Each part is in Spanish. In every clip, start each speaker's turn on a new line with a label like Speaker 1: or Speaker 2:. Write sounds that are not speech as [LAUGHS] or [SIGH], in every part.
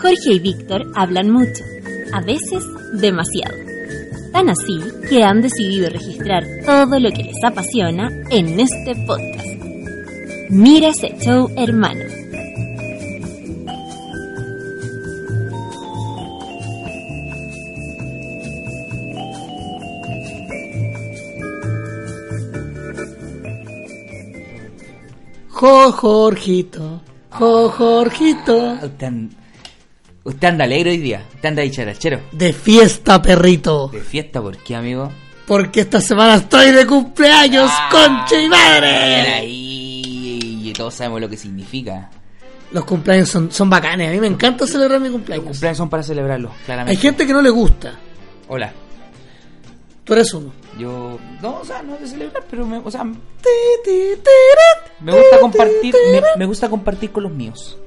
Speaker 1: Jorge y Víctor hablan mucho, a veces demasiado. Tan así que han decidido registrar todo lo que les apasiona en este podcast. Mira ese show, hermano.
Speaker 2: Jo, Jorgito. Jo, Jorgito.
Speaker 3: Ah, Usted, an- usted anda alegre hoy día. Usted anda dicharachero.
Speaker 2: De fiesta, perrito.
Speaker 3: De fiesta, ¿por qué, amigo?
Speaker 2: Porque esta semana estoy de cumpleaños, concha y
Speaker 3: Bien
Speaker 2: madre.
Speaker 3: ahí. Y todos sabemos lo que significa.
Speaker 2: Los cumpleaños son, son bacanes. A mí me encanta celebrar mi
Speaker 3: Los
Speaker 2: cumpleaños.
Speaker 3: planes son para celebrarlo, claramente.
Speaker 2: Hay gente que no le gusta.
Speaker 3: Hola.
Speaker 2: Tú eres uno.
Speaker 3: Yo. No, o sea, no es de celebrar, pero me, o sea, me
Speaker 2: Ti, ti, tirat,
Speaker 3: gusta
Speaker 2: ti,
Speaker 3: compartir.
Speaker 2: ti,
Speaker 3: Me,
Speaker 2: tirat.
Speaker 3: me gusta compartir con los míos.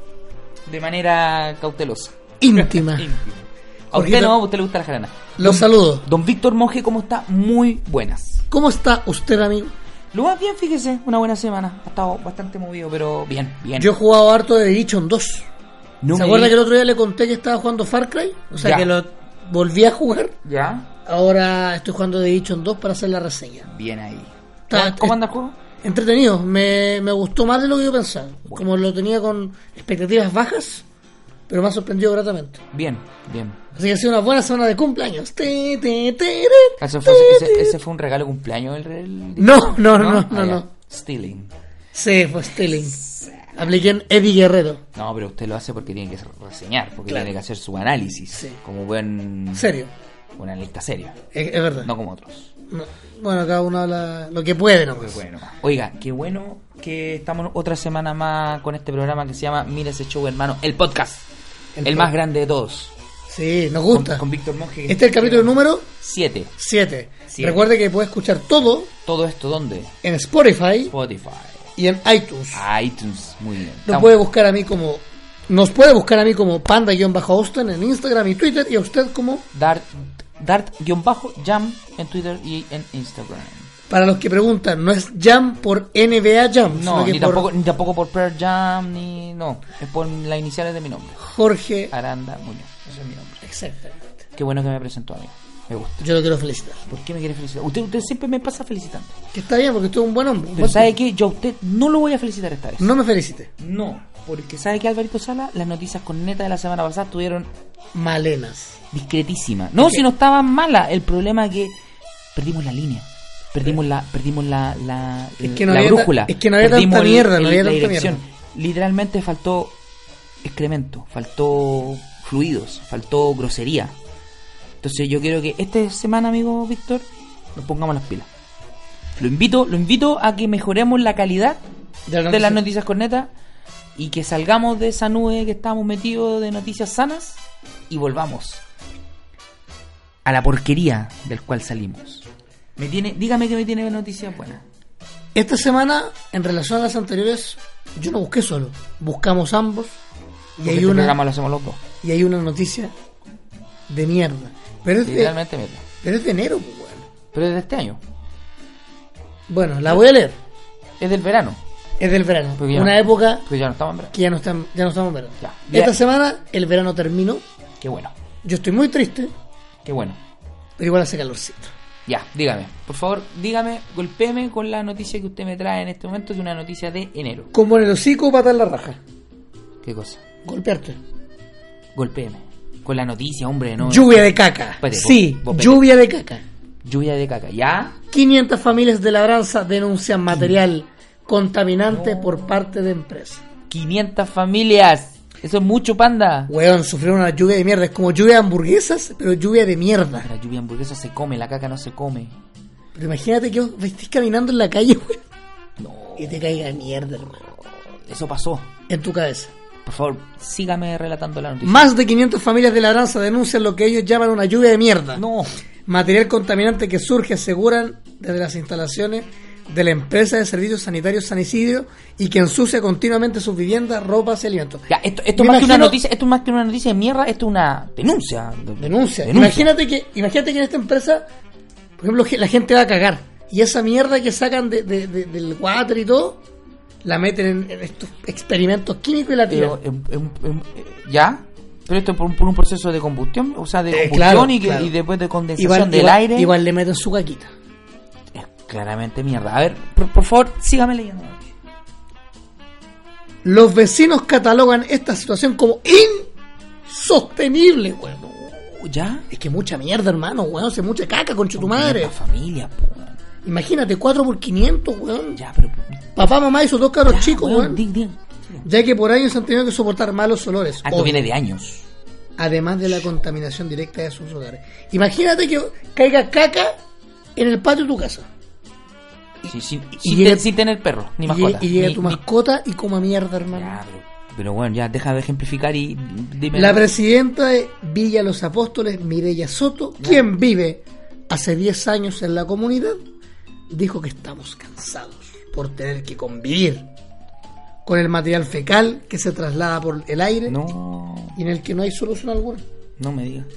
Speaker 3: De manera cautelosa.
Speaker 2: [LAUGHS] Íntima.
Speaker 3: Íntima. A
Speaker 2: Jorgito-
Speaker 3: usted no, a usted le gusta la jarana.
Speaker 2: Los saludo.
Speaker 3: Don Víctor Monge, ¿cómo está? Muy buenas.
Speaker 2: ¿Cómo está usted, amigo?
Speaker 3: Lo más bien, fíjese, una buena semana. Ha estado bastante movido, pero bien, bien.
Speaker 2: Yo he jugado harto de Division 2.
Speaker 3: No
Speaker 2: ¿Se
Speaker 3: me
Speaker 2: acuerda
Speaker 3: di-
Speaker 2: que el otro día le conté que estaba jugando Far Cry? O sea,
Speaker 3: Ya.
Speaker 2: que lo volví a jugar.
Speaker 3: ¿Ya?
Speaker 2: Ahora estoy jugando The Division 2 para hacer la reseña.
Speaker 3: Bien ahí.
Speaker 2: Ta-
Speaker 3: ¿Cómo anda el juego?
Speaker 2: Entretenido, me, me gustó más de lo que yo pensaba. Como lo tenía con expectativas bajas, pero me ha sorprendido gratamente.
Speaker 3: Bien, bien.
Speaker 2: Así que ha sido una buena semana de cumpleaños. Ti, ti, ti, ri,
Speaker 3: Ese fue,
Speaker 2: ti, ti.
Speaker 3: ese, ese fue un regalo de cumpleaños el, el-
Speaker 2: No, no, no, no,
Speaker 3: Ah,
Speaker 2: no.
Speaker 3: ya.
Speaker 2: no.
Speaker 3: Stealing.
Speaker 2: Sí, fue Stelling. Apliqué en Eddie Guerrero.
Speaker 3: No, pero usted lo hace porque tiene que reseñar, porque
Speaker 2: Claro.
Speaker 3: tiene que hacer su análisis.
Speaker 2: Sí.
Speaker 3: Como buen.
Speaker 2: Serio,
Speaker 3: Un analista serio.
Speaker 2: es, es verdad.
Speaker 3: No como otros.
Speaker 2: No. Bueno, cada uno habla lo que puede, ¿no?
Speaker 3: Bueno. Oiga, qué bueno que estamos otra semana más con este programa que se llama Mira ese show, hermano. El podcast.
Speaker 2: El
Speaker 3: El,
Speaker 2: pod-
Speaker 3: más grande de todos.
Speaker 2: Sí, nos
Speaker 3: Con,
Speaker 2: gusta.
Speaker 3: con Víctor Monge.
Speaker 2: Este es el capítulo número
Speaker 3: 7.
Speaker 2: 7.
Speaker 3: Siete.
Speaker 2: Recuerde que puede escuchar todo
Speaker 3: ¿Todo esto dónde?
Speaker 2: en Spotify
Speaker 3: Spotify.
Speaker 2: y en iTunes.
Speaker 3: iTunes. Muy bien.
Speaker 2: Nos
Speaker 3: Estamos-
Speaker 2: puede buscar a mí como nos puede buscar a mí como panda-austin en Instagram y Twitter y a usted como
Speaker 3: Dart- Dart-Jam en Twitter y en Instagram.
Speaker 2: para los que preguntan, no es Jam por NBA Jam,
Speaker 3: No,
Speaker 2: sino que
Speaker 3: ni,
Speaker 2: por
Speaker 3: tampoco, ni tampoco por Prayer Jam, ni. No, es por las iniciales de mi nombre.
Speaker 2: Jorge.
Speaker 3: Aranda Muñoz. Ese es mi nombre.
Speaker 2: Exactamente.
Speaker 3: Qué bueno que me presentó a mí. Me gusta.
Speaker 2: Yo lo quiero felicitar.
Speaker 3: ¿Por qué me quiere felicitar? Usted, usted siempre me pasa felicitando.
Speaker 2: Que está bien porque usted es un buen hombre. un
Speaker 3: Pero
Speaker 2: buen
Speaker 3: ¿sabe
Speaker 2: tipo.
Speaker 3: qué? Yo a usted no lo voy a felicitar esta vez.
Speaker 2: No me felicite.
Speaker 3: No, porque ¿sabe que Alberto Sala? Las noticias con neta de la semana pasada estuvieron
Speaker 2: Malenas.
Speaker 3: discretísima. No, si no estaba mala. El problema es que perdimos la línea. Perdimos la, perdimos la, la, eh,
Speaker 2: Es que no
Speaker 3: la
Speaker 2: había ta-
Speaker 3: brújula.
Speaker 2: es que no había
Speaker 3: Perdimos
Speaker 2: tanta mierda, no había
Speaker 3: la
Speaker 2: tanta
Speaker 3: dirección. Literalmente faltó excremento, faltó fluidos, faltó grosería. Entonces yo quiero que esta semana, amigo Víctor, nos pongamos las pilas. Lo invito, lo invito a que mejoremos la calidad
Speaker 2: De las
Speaker 3: de, las
Speaker 2: noticias.
Speaker 3: noticias cornetas y que salgamos de esa nube que estamos metidos de noticias sanas y volvamos a la porquería del cual salimos. Me tiene, dígame que me tiene noticias buenas.
Speaker 2: Esta semana, en relación a las anteriores, yo no busqué solo. Buscamos ambos y
Speaker 3: Porque
Speaker 2: hay
Speaker 3: este programa
Speaker 2: una
Speaker 3: lo
Speaker 2: [LAUGHS]
Speaker 3: hacemos los dos.
Speaker 2: y hay una noticia de mierda. Pero es de,
Speaker 3: Literalmente mierda.
Speaker 2: pero es de enero, pues, weón.
Speaker 3: Pero es de este año.
Speaker 2: Bueno, la voy a leer.
Speaker 3: Es del verano.
Speaker 2: Es del verano.
Speaker 3: Porque ya
Speaker 2: una
Speaker 3: no-
Speaker 2: época
Speaker 3: Porque ya no estamos en verano.
Speaker 2: que ya no, están, ya no estamos en verano.
Speaker 3: Ya.
Speaker 2: Esta
Speaker 3: Ya.
Speaker 2: semana el verano terminó.
Speaker 3: Qué bueno.
Speaker 2: Yo estoy muy triste,
Speaker 3: Qué bueno.
Speaker 2: pero igual hace calorcito.
Speaker 3: Ya, dígame. Por favor, dígame, golpéeme con la noticia que usted me trae en este momento, que es una noticia de enero.
Speaker 2: Como en el hocico, patar la raja.
Speaker 3: ¿Qué cosa?
Speaker 2: Golpearte.
Speaker 3: Golpéeme. Con la noticia, hombre, no.
Speaker 2: lluvia de caca.
Speaker 3: Espérate, vos-
Speaker 2: sí,
Speaker 3: vos espérate.
Speaker 2: lluvia de caca.
Speaker 3: Lluvia de caca. ¿Ya?
Speaker 2: 500 familias de labranza denuncian material contaminante por parte de empresa.
Speaker 3: 500 familias. Eso es mucho, panda.
Speaker 2: Weón, sufrieron una lluvia de mierda. Es como lluvia de hamburguesas, pero lluvia de mierda.
Speaker 3: La lluvia de hamburguesa se come, la caca no se come.
Speaker 2: Pero imagínate que vos estés caminando en la calle, weón,
Speaker 3: No.
Speaker 2: y te caiga mierda, hermano.
Speaker 3: Eso pasó.
Speaker 2: En tu cabeza.
Speaker 3: Por favor, sígame relatando la noticia.
Speaker 2: Más de 500 familias de labranza denuncian lo que ellos llaman una lluvia de mierda.
Speaker 3: No.
Speaker 2: Material contaminante que surge, aseguran, desde las instalaciones de la empresa de servicios sanitarios Sanicidio y que ensucia continuamente sus viviendas, ropas y alimentos.
Speaker 3: Ya, eh, esto, esto,
Speaker 2: Me
Speaker 3: es más que una
Speaker 2: imagino-
Speaker 3: noticia, esto es más que una noticia de mierda, esto es una denuncia.
Speaker 2: Denuncia. Imagínate que, imagínate que en esta empresa, por ejemplo, ge- la gente va a cagar. Y esa mierda que sacan de- de- de- del water y todo, la meten en, en estos experimentos químicos y la tiran.
Speaker 3: Pero, em, em, em, eh, ¿Ya? Pero esto por un, por un proceso de combustión, o sea, de
Speaker 2: Eh,
Speaker 3: combustión
Speaker 2: claro,
Speaker 3: y, que-
Speaker 2: claro.
Speaker 3: y después de condensación
Speaker 2: Igual,
Speaker 3: del
Speaker 2: igual-
Speaker 3: aire.
Speaker 2: igual le meten su caquita.
Speaker 3: Es claramente mierda. A ver, por, por favor, sígame leyendo.
Speaker 2: Los vecinos catalogan esta situación como insostenible, weón.
Speaker 3: Uh, ¿Ya?
Speaker 2: Es que mucha mierda, hermano, weón. Hace mucha caca con tu madre.
Speaker 3: La familia, po.
Speaker 2: Imagínate, 4 por 500, weón.
Speaker 3: Ya, pero.
Speaker 2: Papá, mamá y sus dos caros
Speaker 3: ya,
Speaker 2: chicos,
Speaker 3: weón,
Speaker 2: weón.
Speaker 3: dig, dig.
Speaker 2: Ya que por años han tenido que soportar malos olores.
Speaker 3: Ah, esto
Speaker 2: o-
Speaker 3: viene de años.
Speaker 2: Además de la contaminación directa de sus hogares. Imagínate que caiga caca en el patio de tu casa.
Speaker 3: Sí, sin,
Speaker 2: y
Speaker 3: sin,
Speaker 2: llega-
Speaker 3: te- sin tener perro, ni
Speaker 2: Y,
Speaker 3: mascota.
Speaker 2: y llega
Speaker 3: ni-
Speaker 2: tu
Speaker 3: ni-
Speaker 2: mascota y coma mierda, hermano.
Speaker 3: Ya, pero, pero bueno, ya, deja de ejemplificar y dime.
Speaker 2: La presidenta de Villa Los Apóstoles, Mireya Soto, quien vive hace 10 años en la comunidad, dijo que estamos cansados por tener que convivir con el material fecal que se traslada por el aire
Speaker 3: No,
Speaker 2: y en el que no hay solución alguna.
Speaker 3: no me digas.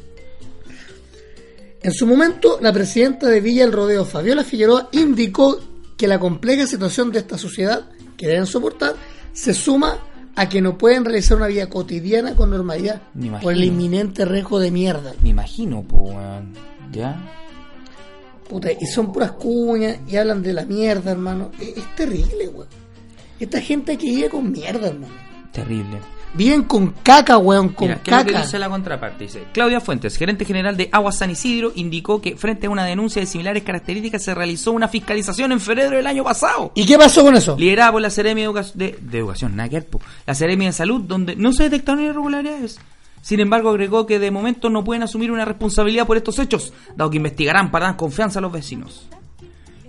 Speaker 2: En su momento, la presidenta de Villa El Rodeo, Fabiola Figueroa, indicó que la compleja situación de esta sociedad que deben soportar se suma a que no pueden realizar una vida cotidiana con normalidad
Speaker 3: Me imagino.
Speaker 2: por el inminente riesgo de mierda.
Speaker 3: Me imagino, po, weón. Ya.
Speaker 2: Puta, y son puras cuñas y hablan de la mierda, hermano. Es, es terrible, weón. Esta gente que vive con mierda, hermano.
Speaker 3: Terrible.
Speaker 2: Viven con caca, weón, con
Speaker 3: Mira, ¿qué es lo que
Speaker 2: caca.
Speaker 3: dice la contraparte? Dice, Claudia Fuentes, gerente general de Agua San Isidro, indicó que frente a una denuncia de similares características se realizó una fiscalización en febrero del año pasado.
Speaker 2: ¿Y qué pasó con eso?
Speaker 3: liderada por la Seremi de, Educa- de, de Educación, nada que ver, po. la Seremi de Salud, donde no se detectaron irregularidades. Sin embargo, agregó que de momento no pueden asumir una responsabilidad por estos hechos, dado que investigarán para dar confianza a los vecinos.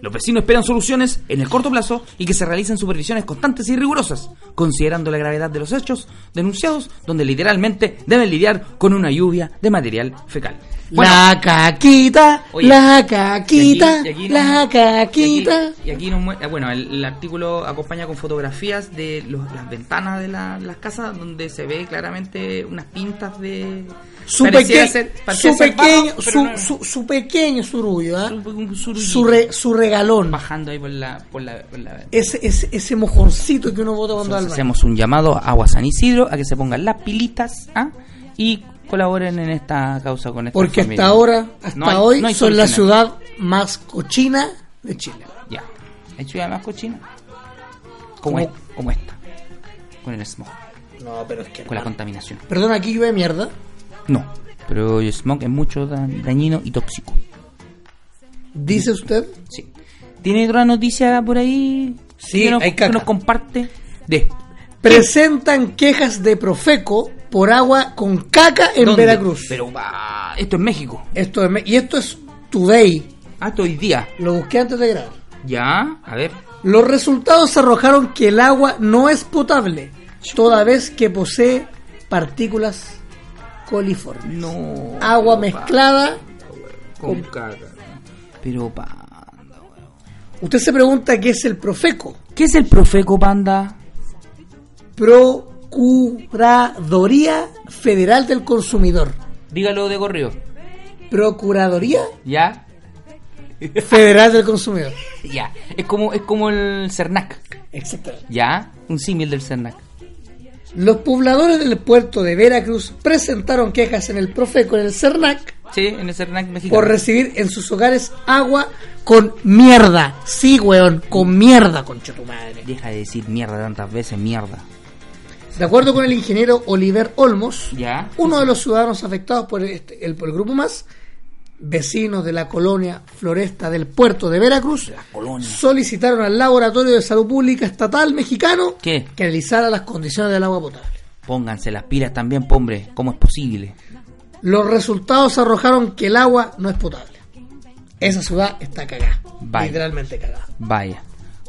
Speaker 3: Los vecinos esperan soluciones en el corto plazo y que se realicen supervisiones constantes y rigurosas, considerando la gravedad de los hechos denunciados, donde literalmente deben lidiar con una lluvia de material fecal. Bueno,
Speaker 2: la caquita,
Speaker 3: Oye,
Speaker 2: la
Speaker 3: y
Speaker 2: caquita,
Speaker 3: aquí- y aquí
Speaker 2: la
Speaker 3: nos-
Speaker 2: caquita.
Speaker 3: Y aquí, y aquí nos mue- eh, bueno, el, el artículo acompaña con fotografías de los- las ventanas de la- las casas donde se ve claramente unas pintas de.
Speaker 2: Su,
Speaker 3: pareciera
Speaker 2: peque-
Speaker 3: ser- pareciera
Speaker 2: su
Speaker 3: ser
Speaker 2: pequeño,
Speaker 3: barro, pero
Speaker 2: su,
Speaker 3: no es.
Speaker 2: su, su pequeño surullo, ¿ah?
Speaker 3: Su- un surullito
Speaker 2: Su, re- su regalón.
Speaker 3: bajando ahí por la. Por la, por la-
Speaker 2: Ese, ese, ese mojoncito que uno bota cuando
Speaker 3: Entonces
Speaker 2: al baño.
Speaker 3: hacemos un llamado a Agua San Isidro a que se pongan las pilitas ¿ah? y colaboren en esta causa con esta
Speaker 2: Porque
Speaker 3: familia.
Speaker 2: hasta ahora, hasta
Speaker 3: No hay-
Speaker 2: hoy,
Speaker 3: no hay
Speaker 2: son la
Speaker 3: soluciones.
Speaker 2: ciudad más cochina de Chile.
Speaker 3: Ya. Hay ciudad más cochina. Como,
Speaker 2: Como-
Speaker 3: e- como esta. Con el smog.
Speaker 2: No, pero es que.
Speaker 3: Con la contaminación.
Speaker 2: Perdón, aquí llueve mierda.
Speaker 3: No, pero el smog es mucho da- dañino y tóxico.
Speaker 2: Dice usted.
Speaker 3: Sí. ¿Tiene otra noticia por ahí?
Speaker 2: Sí,
Speaker 3: que nos,
Speaker 2: hay
Speaker 3: que
Speaker 2: caca.
Speaker 3: nos comparte de
Speaker 2: Presentan quejas de Profeco por agua con caca en
Speaker 3: ¿Dónde?
Speaker 2: Veracruz.
Speaker 3: Pero va, esto es México.
Speaker 2: Esto es me- y esto es Today.
Speaker 3: Ah, esto hoy día.
Speaker 2: Lo busqué antes de grabar.
Speaker 3: Ya, a ver.
Speaker 2: Los resultados arrojaron que el agua no es potable, toda vez que posee partículas coliformes.
Speaker 3: No.
Speaker 2: Agua mezclada.
Speaker 3: con caca. Pero panda.
Speaker 2: Usted se pregunta qué es el Profeco.
Speaker 3: ¿Qué es el Profeco Panda?
Speaker 2: Procuradoría Federal del Consumidor.
Speaker 3: Dígalo de corrido.
Speaker 2: Procuradoría
Speaker 3: ¿Ya?
Speaker 2: Federal del Consumidor.
Speaker 3: Ya. Es como es como el Cernac.
Speaker 2: Exactamente.
Speaker 3: ¿Ya? Un símil del Cernac.
Speaker 2: Los pobladores del puerto de Veracruz presentaron quejas en el Profeco, en el CERNAC,
Speaker 3: Sí, en el Cernac mexicano.
Speaker 2: por recibir en sus hogares agua con mierda. Sí, weón, con mierda, concha tu madre.
Speaker 3: Deja de decir mierda tantas veces, mierda.
Speaker 2: De acuerdo con el ingeniero Oliver Olmos,
Speaker 3: Ya.
Speaker 2: uno de los ciudadanos afectados por, este- el, por el grupo más, vecinos de la colonia Floresta del puerto de Veracruz,
Speaker 3: colonia.
Speaker 2: solicitaron al Laboratorio de Salud Pública Estatal Mexicano
Speaker 3: ¿Qué?
Speaker 2: que analizara las condiciones del agua potable.
Speaker 3: Pónganse las pilas también, po, hombre. ¿Cómo es posible?
Speaker 2: Los resultados arrojaron que el agua no es potable. Esa ciudad está cagada.
Speaker 3: Vaya.
Speaker 2: Literalmente cagada.
Speaker 3: Vaya.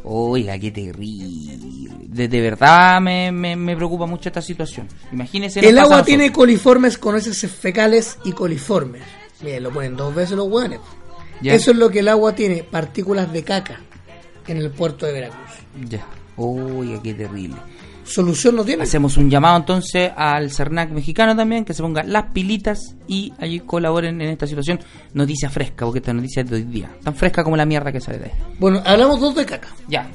Speaker 3: Oiga, qué terrible. De, de verdad me, me- me preocupa mucho esta situación. Imagínense. nos
Speaker 2: El
Speaker 3: pasa a
Speaker 2: agua
Speaker 3: nosotros.
Speaker 2: tiene coliformes con heces fecales y coliformes. Miren, lo ponen dos veces los hueones.
Speaker 3: Ya.
Speaker 2: Eso es lo que el agua tiene, partículas de caca en el puerto de Veracruz.
Speaker 3: Ya. Oiga, qué terrible.
Speaker 2: Solución no tiene.
Speaker 3: Hacemos un llamado entonces al Cernac mexicano también, que se pongan las pilitas y allí colaboren en esta situación. Noticia fresca, porque esta noticia es de hoy día. Tan fresca como la mierda que sale de ahí.
Speaker 2: Bueno, hablamos dos de caca.
Speaker 3: Ya.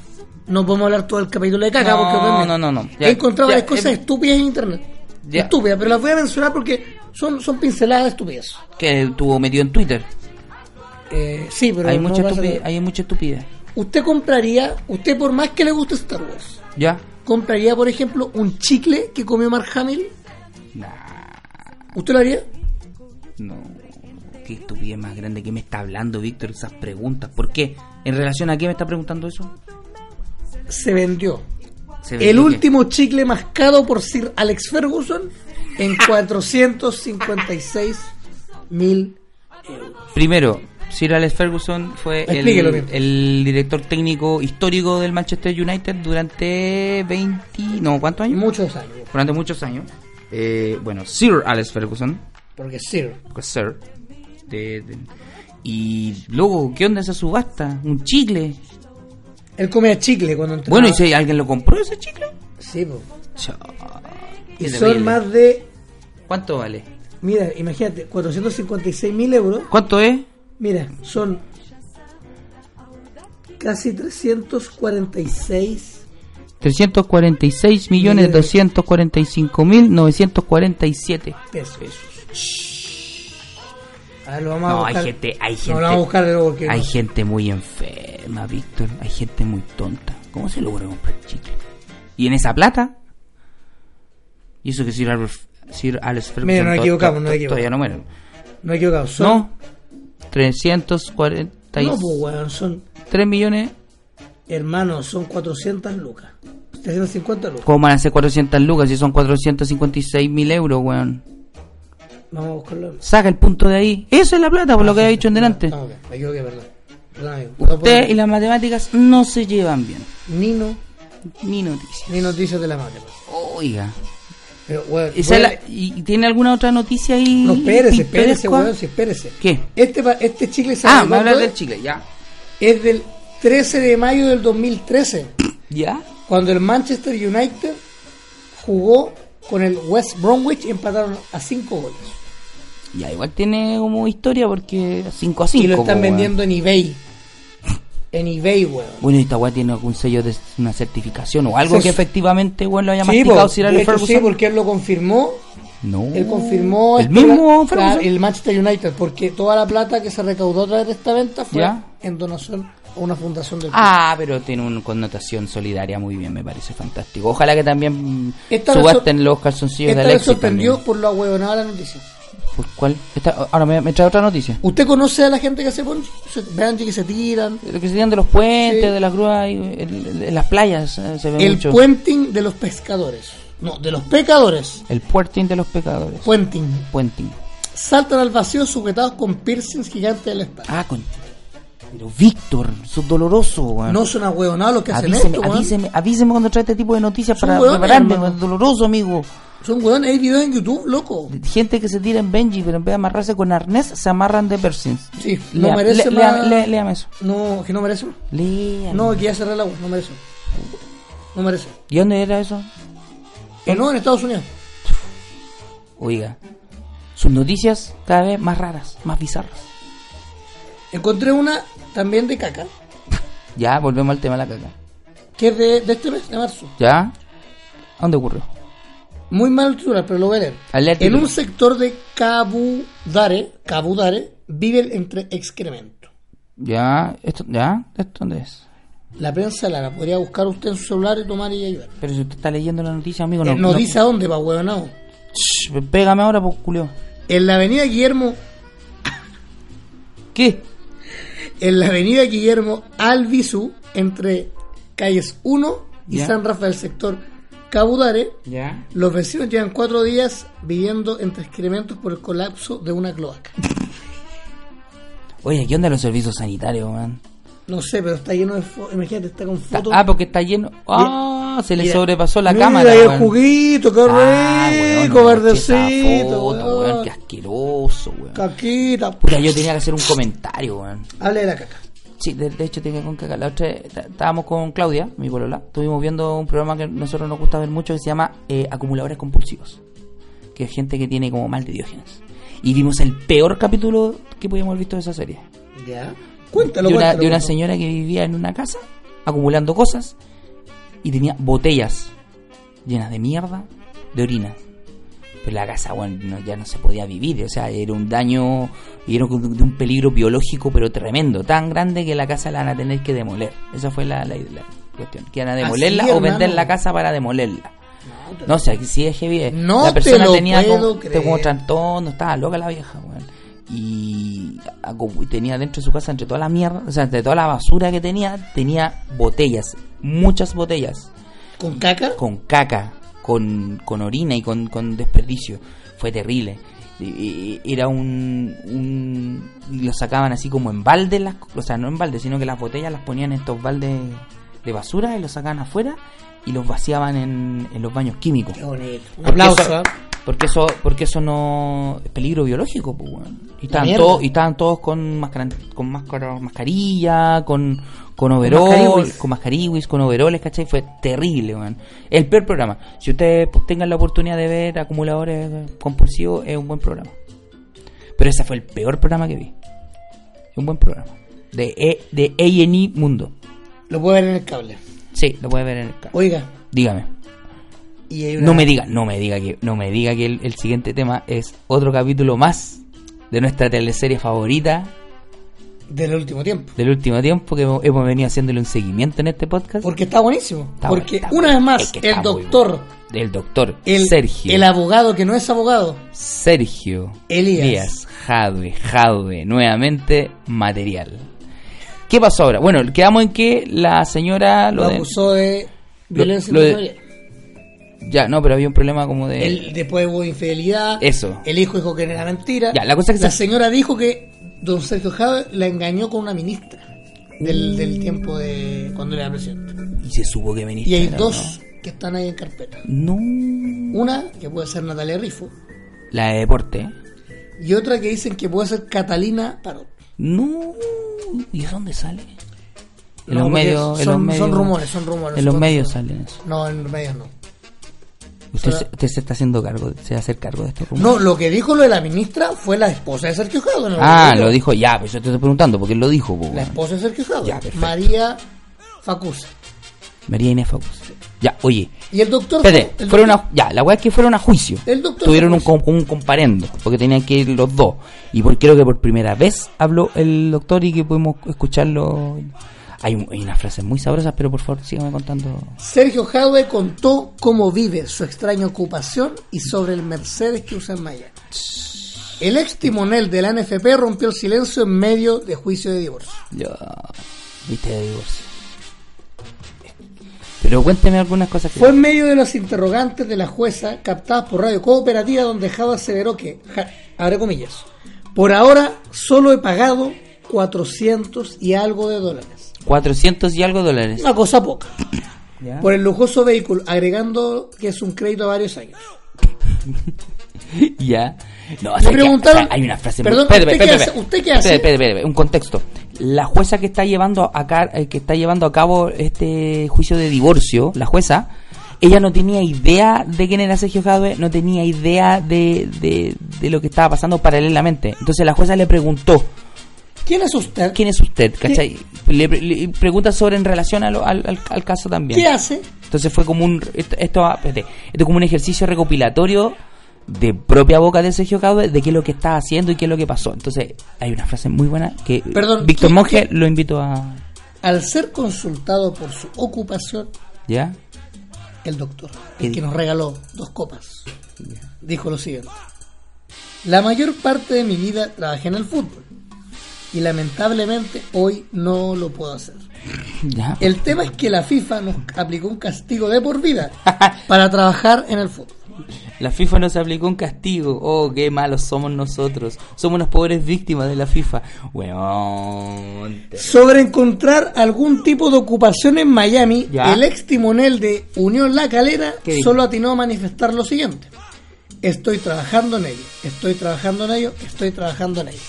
Speaker 2: No podemos hablar todo el capítulo de caca
Speaker 3: No,
Speaker 2: porque obviamente
Speaker 3: no, no, no. Ya,
Speaker 2: he encontrado
Speaker 3: ya,
Speaker 2: varias cosas
Speaker 3: eh,
Speaker 2: estúpidas en internet.
Speaker 3: Ya.
Speaker 2: Estúpidas, pero las voy a mencionar porque son, son pinceladas de estupidez.
Speaker 3: Que estuvo metido en Twitter.
Speaker 2: Eh, sí, pero
Speaker 3: hay,
Speaker 2: no
Speaker 3: mucha
Speaker 2: pasa
Speaker 3: estupi-
Speaker 2: que-
Speaker 3: hay mucha estupidez.
Speaker 2: Usted compraría, usted por más que le guste Star Wars,
Speaker 3: ¿Ya?
Speaker 2: compraría, por ejemplo, un chicle que comió Mark Hamill.
Speaker 3: Nah,
Speaker 2: ¿Usted lo haría?
Speaker 3: no. Qué estupidez más grande que me está hablando, Víctor, esas preguntas. ¿Por qué? ¿En relación a qué me está preguntando eso?
Speaker 2: Se vendió.
Speaker 3: Se ve
Speaker 2: El
Speaker 3: que-
Speaker 2: último chicle mascado por Sir Alex Ferguson
Speaker 3: [LAUGHS]
Speaker 2: en 456 mil.
Speaker 3: Primero, Sir Alex Ferguson fue el,
Speaker 2: Explíquelo bien.
Speaker 3: el director técnico histórico del Manchester United durante 20... No, ¿cuántos años?
Speaker 2: Muchos años.
Speaker 3: Durante muchos años. Eh, bueno, Sir Alex Ferguson,
Speaker 2: Porque Sir.
Speaker 3: pues Sir, de- de- y luego, ¿qué onda esa subasta? Un chicle.
Speaker 2: Él comía chicle cuando entró.
Speaker 3: Bueno, ¿y si alguien lo compró ese chicle?
Speaker 2: Sí, po.
Speaker 3: Chao,
Speaker 2: Y
Speaker 3: qué
Speaker 2: son
Speaker 3: terrible.
Speaker 2: más de.
Speaker 3: ¿Cuánto vale?
Speaker 2: Mira, imagínate, 456 mil euros.
Speaker 3: ¿Cuánto es?
Speaker 2: Mira, son casi 346
Speaker 3: 346
Speaker 2: millones
Speaker 3: millones 245 mil 947.
Speaker 2: pesos. A ver, lo vamos a
Speaker 3: No, hay
Speaker 2: buscar.
Speaker 3: gente, hay
Speaker 2: No,
Speaker 3: gente.
Speaker 2: lo vamos a buscar de nuevo porque
Speaker 3: Hay
Speaker 2: no.
Speaker 3: gente muy enferma, Víctor. Hay gente muy tonta. ¿Cómo se logra comprar chicle? ¿Y en esa plata? Y eso que Sir, Albert- Sir Alex Ferguson...
Speaker 2: Mira, nos
Speaker 3: to-
Speaker 2: equivocamos,
Speaker 3: to-
Speaker 2: nos
Speaker 3: to-
Speaker 2: equivocamos.
Speaker 3: Todavía no mueren.
Speaker 2: No he equivocado. Son,
Speaker 3: No, 340...
Speaker 2: No, pues, weón, son,
Speaker 3: millones...
Speaker 2: hermanos, son 400 lucas. 350 lucas.
Speaker 3: ¿Cómo van a ser 400 lucas si son 456 mil euros, weón?
Speaker 2: Vamos a buscarlo.
Speaker 3: Saca el punto de ahí. Esa es la plata, por lo que había dicho en delante.
Speaker 2: No, ok, me equivoqué, perdón. Perdón, amigo.
Speaker 3: Usted y las matemáticas no se llevan bien.
Speaker 2: Ni, no,
Speaker 3: Ni noticias.
Speaker 2: ni noticias de la madre. pues.
Speaker 3: Oiga...
Speaker 2: Pero, weón,
Speaker 3: Esa
Speaker 2: weón,
Speaker 3: es la- ¿Y y tiene alguna otra noticia ahí?
Speaker 2: No, espérese, espérese,
Speaker 3: pintoresca?
Speaker 2: weón, sí, espérese.
Speaker 3: ¿Qué?
Speaker 2: Este, pa- este chicle se
Speaker 3: Ah, me hablas del chicle, ya.
Speaker 2: es del 13 de mayo del 2013,
Speaker 3: ¿Ya?
Speaker 2: cuando el Manchester United jugó con el West Bromwich y empataron a 5 goles.
Speaker 3: Ya, igual tiene como historia porque 5 a 5.
Speaker 2: Y lo están vendiendo en eBay. En eBay, weón.
Speaker 3: Bueno, y esta weá tiene algún sello de una certificación o algo
Speaker 2: Se-
Speaker 3: que efectivamente weón, lo haya
Speaker 2: Sí,
Speaker 3: masticado
Speaker 2: po,
Speaker 3: Sir
Speaker 2: de
Speaker 3: Alex
Speaker 2: hecho, sí,
Speaker 3: Ferguson.
Speaker 2: porque él lo confirmó.
Speaker 3: No.
Speaker 2: Él confirmó
Speaker 3: El
Speaker 2: esto,
Speaker 3: mismo
Speaker 2: la-
Speaker 3: Ferguson.
Speaker 2: la- el Manchester United, porque toda la plata que se recaudó a través de esta venta fue
Speaker 3: Ya.
Speaker 2: en donación a una fundación del club.
Speaker 3: Ah, pero tiene una connotación solidaria muy bien, me parece fantástico. Ojalá que también
Speaker 2: Esta vez
Speaker 3: subasten
Speaker 2: sor-
Speaker 3: los calzoncillos de
Speaker 2: Esta vez
Speaker 3: Alexis.
Speaker 2: sorprendió
Speaker 3: también.
Speaker 2: por la huevonada de la noticia.
Speaker 3: ¿Por cuál? Esta- ahora me, me trae otra noticia.
Speaker 2: ¿Usted conoce a la gente que hace ponche? Se- Banshee que se tiran.
Speaker 3: Lo que se tiran de los puentes,
Speaker 2: Sí.
Speaker 3: de las grúas, y- en, en las playas eh, se ve
Speaker 2: El
Speaker 3: mucho.
Speaker 2: puenting de los pescadores. No, de los pecadores.
Speaker 3: El puertín de los pecadores.
Speaker 2: Puenting.
Speaker 3: Puenting.
Speaker 2: Saltan al vacío sujetados con piercings gigantes de la espalda.
Speaker 3: Ah, con. Pero Víctor, sos doloroso, weón.
Speaker 2: No son ahueonados los que hacen
Speaker 3: avíseme,
Speaker 2: esto, weón.
Speaker 3: avíseme, avíseme cuando trae este tipo de noticias
Speaker 2: Son
Speaker 3: para
Speaker 2: hueones,
Speaker 3: prepararme,
Speaker 2: hermano.
Speaker 3: weón. Doloroso, amigo.
Speaker 2: Son hueones, hay videos en YouTube, loco.
Speaker 3: Gente que se tira en Benji, pero en vez de amarrarse con arnés, se amarran de persins.
Speaker 2: Sí, no
Speaker 3: Lea-
Speaker 2: merece
Speaker 3: le-
Speaker 2: más-
Speaker 3: lea- lea- léame eso.
Speaker 2: No, que no merece.
Speaker 3: Léame.
Speaker 2: No, que ya cerré la web, no merece. No merece.
Speaker 3: ¿Y dónde era eso?
Speaker 2: Eh, no, en Estados Unidos.
Speaker 3: Oiga, sus noticias cada vez más raras, más bizarras.
Speaker 2: Encontré una también de caca,
Speaker 3: Ya, volvemos al tema de la caca.
Speaker 2: que es de, de este mes, de marzo.
Speaker 3: ¿Ya? ¿A dónde ocurrió?
Speaker 2: Muy mal titular, pero lo voy a leer.
Speaker 3: Alerta.
Speaker 2: En un sector de Cabudare, Cabudare viven entre excremento.
Speaker 3: ¿Ya? ¿Esto, ¿Ya? ¿Esto dónde es?
Speaker 2: La prensa lara podría buscar usted en su celular y tomar y ayudar.
Speaker 3: Pero si usted está leyendo la noticia, amigo,
Speaker 2: Eh, no dice a dónde va, huevonao.
Speaker 3: Shh, pégame ahora, pues, culio.
Speaker 2: En la avenida Guillermo,
Speaker 3: ¿Qué?
Speaker 2: en la avenida Guillermo Albizu, entre calles 1 y
Speaker 3: Ya.
Speaker 2: San Rafael, sector Cabudare,
Speaker 3: ¿Ya?
Speaker 2: los vecinos llevan cuatro días viviendo entre excrementos por el colapso de una cloaca.
Speaker 3: Oye, ¿qué onda los servicios sanitarios, man?
Speaker 2: No sé, pero está lleno de fotos. Imagínate, está con
Speaker 3: Está-
Speaker 2: fotos.
Speaker 3: ah, porque está lleno. Ah, se le
Speaker 2: Mira,
Speaker 3: sobrepasó la
Speaker 2: mira
Speaker 3: cámara,
Speaker 2: ahí el
Speaker 3: weón.
Speaker 2: juguito, qué rico,
Speaker 3: Ah, weón, no, esa
Speaker 2: verdecito.
Speaker 3: foto,
Speaker 2: weón.
Speaker 3: weón, qué asqueroso, weón.
Speaker 2: Caquita.
Speaker 3: Puta, yo tenía que hacer un comentario, weón.
Speaker 2: Hable de la caca.
Speaker 3: Sí, de, de hecho tenía con caca. La otra, ta- estábamos con Claudia, mi polola. Estuvimos viendo un programa que nosotros nos gusta ver mucho que se llama eh, Acumuladores Compulsivos. Que es gente que tiene como mal de diógenes. Y vimos el peor capítulo que podíamos haber visto de esa serie.
Speaker 2: Ya. Cuéntalo,
Speaker 3: de, una,
Speaker 2: cuéntalo,
Speaker 3: de una
Speaker 2: cuéntalo.
Speaker 3: señora que vivía en una casa acumulando cosas y tenía botellas llenas de mierda, de orina. Pero la casa, bueno, no- ya no se podía vivir. O sea, era un daño, y era un- de un peligro biológico, pero tremendo. Tan grande que la casa la van a tener que demoler. Esa fue la, la- la cuestión. Que van a demolerla o vender
Speaker 2: hermano.
Speaker 3: la casa para demolerla.
Speaker 2: No, te-
Speaker 3: No, o sea, que sí es heavy. eh.
Speaker 2: No
Speaker 3: la persona
Speaker 2: te lo
Speaker 3: tenía
Speaker 2: puedo
Speaker 3: como,
Speaker 2: creer.
Speaker 3: tenía como trastorno, estaba loca la vieja, weón. Y acu- tenía dentro de su casa, entre toda la mierda, o sea, entre toda la basura que tenía, tenía botellas, muchas botellas,
Speaker 2: ¿Con caca?
Speaker 3: con caca, con, con orina y con, con desperdicio. Fue terrible. Y- y- Era un, un. y Lo sacaban así como en balde, las, o sea, no en balde, sino que las botellas las ponían en estos baldes de basura y los sacaban afuera y los vaciaban en, en los baños químicos.
Speaker 2: Qué bonito. Un
Speaker 3: Porque
Speaker 2: aplauso.
Speaker 3: eso-
Speaker 2: ¿ah?
Speaker 3: Porque eso, porque eso no es peligro biológico, pues, weón. Y estaban,
Speaker 2: mierda.
Speaker 3: todos, y estaban todos con, mascara- con máscara- mascarilla, con, con overoles,
Speaker 2: mascariwis.
Speaker 3: con mascariwis, con overoles, ¿cachai? Fue terrible, weón. El peor programa. Si ustedes pues, tengan la oportunidad de ver acumuladores eh, compulsivos, es un buen programa. Pero ese fue el peor programa que vi. Un buen programa. De E- de A&E Mundo.
Speaker 2: Lo puedo ver en el cable.
Speaker 3: Sí, lo puedes ver en el canal.
Speaker 2: Oiga,
Speaker 3: Dígame.
Speaker 2: y hay una-
Speaker 3: No me diga, no me diga que, no me diga que el, el siguiente tema es otro capítulo más de nuestra teleserie favorita
Speaker 2: del último tiempo.
Speaker 3: del último tiempo que hemos, hemos venido haciéndole un seguimiento en este podcast.
Speaker 2: Porque está buenísimo.
Speaker 3: Está bueno,
Speaker 2: Porque
Speaker 3: está
Speaker 2: una
Speaker 3: bueno.
Speaker 2: vez más,
Speaker 3: Es que
Speaker 2: el
Speaker 3: está muy
Speaker 2: doctor,
Speaker 3: bueno. el doctor
Speaker 2: el,
Speaker 3: Sergio,
Speaker 2: el abogado que no es abogado,
Speaker 3: Sergio
Speaker 2: Elías.
Speaker 3: Elías Jadwe, Jadwe, nuevamente material. ¿Qué pasó ahora? Bueno, quedamos en que la señora
Speaker 2: lo,
Speaker 3: lo, de-
Speaker 2: acusó de violencia
Speaker 3: lo de-
Speaker 2: intrafamiliar.
Speaker 3: ya no, pero había un problema como de
Speaker 2: El- después hubo infidelidad.
Speaker 3: Eso.
Speaker 2: El hijo dijo que era mentira.
Speaker 3: Ya, la cosa es que se-
Speaker 2: señora dijo que don Sergio Jade la engañó con una ministra del, del tiempo de cuando era presidente.
Speaker 3: y se supo que veniste.
Speaker 2: Y hay
Speaker 3: ¿no?
Speaker 2: dos que están ahí en carpeta.
Speaker 3: no
Speaker 2: Una que puede ser Natalia Rifo
Speaker 3: La de deporte. ¿eh?
Speaker 2: y otra que dicen que puede ser Catalina Parot.
Speaker 3: No. ¿Y eso dónde sale?
Speaker 2: No,
Speaker 3: En los
Speaker 2: porque
Speaker 3: medios. en
Speaker 2: son-
Speaker 3: los medios-
Speaker 2: son rumores, son rumores,
Speaker 3: En los
Speaker 2: son-
Speaker 3: medios salen eso.
Speaker 2: No, en los medios no.
Speaker 3: Usted,
Speaker 2: Pero-
Speaker 3: se, usted se está haciendo cargo, se va a hacer cargo de este estos rumores.
Speaker 2: No, lo que dijo lo de la ministra fue la esposa de Sergio Jado. no
Speaker 3: ah,
Speaker 2: yo.
Speaker 3: lo dijo ya, pues yo te estoy preguntando porque él lo dijo, po,
Speaker 2: La
Speaker 3: weón.
Speaker 2: esposa de Sergio Jado,
Speaker 3: Ya, perfecto.
Speaker 2: María Facusa.
Speaker 3: María Inés Fabus. Ya, oye.
Speaker 2: Y el doctor.
Speaker 3: Espérate,
Speaker 2: el
Speaker 3: fueron
Speaker 2: doctor-
Speaker 3: a, ya, la weá es que fueron a juicio.
Speaker 2: El doctor
Speaker 3: Tuvieron un,
Speaker 2: Fabus.
Speaker 3: com- un comparendo, porque tenían que ir los dos. Y por, creo que por primera vez habló el doctor y que pudimos escucharlo. Hay, un- hay unas frases muy sabrosas, pero por favor, sígame contando.
Speaker 2: Sergio Jadwe contó cómo vive su extraña ocupación y sobre el Mercedes que usa en Miami. El ex timonel de la NFP rompió el silencio en medio de juicio de divorcio.
Speaker 3: Yo. Viste de divorcio. Pero cuénteme algunas cosas que.
Speaker 2: Fue en medio de los interrogantes de la jueza captadas por Radio Cooperativa donde Jadwe aseveró que, ja- abre comillas, por ahora solo he pagado 400 y algo de dólares.
Speaker 3: 400 y algo dólares.
Speaker 2: Una cosa poca.
Speaker 3: Ya.
Speaker 2: Por el lujoso vehículo, agregando que es un crédito a varios años.
Speaker 3: Ya. No, o
Speaker 2: Me
Speaker 3: sea, que-
Speaker 2: preguntaron-
Speaker 3: o sea, hay una frase.
Speaker 2: Perdón,
Speaker 3: espérate,
Speaker 2: ¿usted qué
Speaker 3: espérate,
Speaker 2: hace?
Speaker 3: espérate.
Speaker 2: ¿Usted qué hace?
Speaker 3: Espérate, espérate, espérate, Un contexto. La jueza que está llevando a car- eh, que está llevando a cabo este juicio de divorcio, la jueza, ella no tenía idea de quién era Sergio Jadwe, no tenía idea de, de, de lo que estaba pasando paralelamente. Entonces la jueza le preguntó,
Speaker 2: ¿Quién es usted?
Speaker 3: ¿Quién es usted? ¿Cachai? Le, le pregunta sobre en relación a lo- al, al- al caso también.
Speaker 2: ¿Qué hace?
Speaker 3: Entonces fue como un. Esto, esto, va- espérate, esto es como un ejercicio recopilatorio de propia boca de Sergio Cabo de qué es lo que está haciendo y qué es lo que pasó. Entonces, hay una frase muy buena que
Speaker 2: Perdón,
Speaker 3: Víctor
Speaker 2: ¿qué-
Speaker 3: Monge
Speaker 2: qué?
Speaker 3: lo invito a.
Speaker 2: Al ser consultado por su ocupación, [LAUGHS]
Speaker 3: ¿Ya?
Speaker 2: el doctor,
Speaker 3: ¿Qué
Speaker 2: el que
Speaker 3: dijo?
Speaker 2: nos regaló dos copas, dijo lo siguiente. La mayor parte de mi vida trabajé en el fútbol y lamentablemente hoy no lo puedo hacer.
Speaker 3: ¿Ya?
Speaker 2: El tema es que la FIFA nos aplicó un castigo de por vida
Speaker 3: [LAUGHS]
Speaker 2: para trabajar en el fútbol.
Speaker 3: La FIFA nos aplicó un castigo. Oh, qué malos somos nosotros. Somos unas pobres víctimas de la FIFA. Weón.
Speaker 2: Sobre encontrar algún tipo de ocupación en Miami,
Speaker 3: Ya.
Speaker 2: el ex timonel de Unión La Calera
Speaker 3: ¿Qué dijo?
Speaker 2: solo atinó a manifestar lo siguiente. Estoy trabajando en ello, estoy trabajando en ello, estoy trabajando en ello.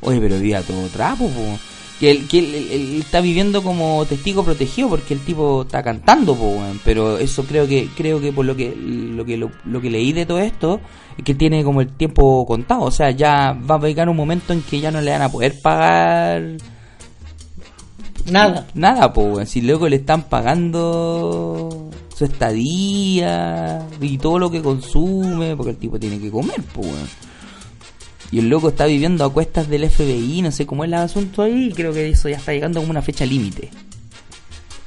Speaker 3: Oye, pero día todo trapo, po. Que, él, que él- él- él está viviendo como testigo protegido porque el tipo está cantando, po, weón. Pero eso creo que, creo que por lo que, lo que, lo, lo que leí de todo esto, es que tiene como el tiempo contado. O sea, ya va a llegar un momento en que ya no le van a poder pagar
Speaker 2: Nada.
Speaker 3: nada, po, weón. Si luego le están pagando su su estadía y todo lo que consume, porque el tipo tiene que comer, pues, weón. Y el loco está viviendo a cuestas del FBI, no sé cómo es el asunto ahí, creo que eso ya está llegando como una fecha límite.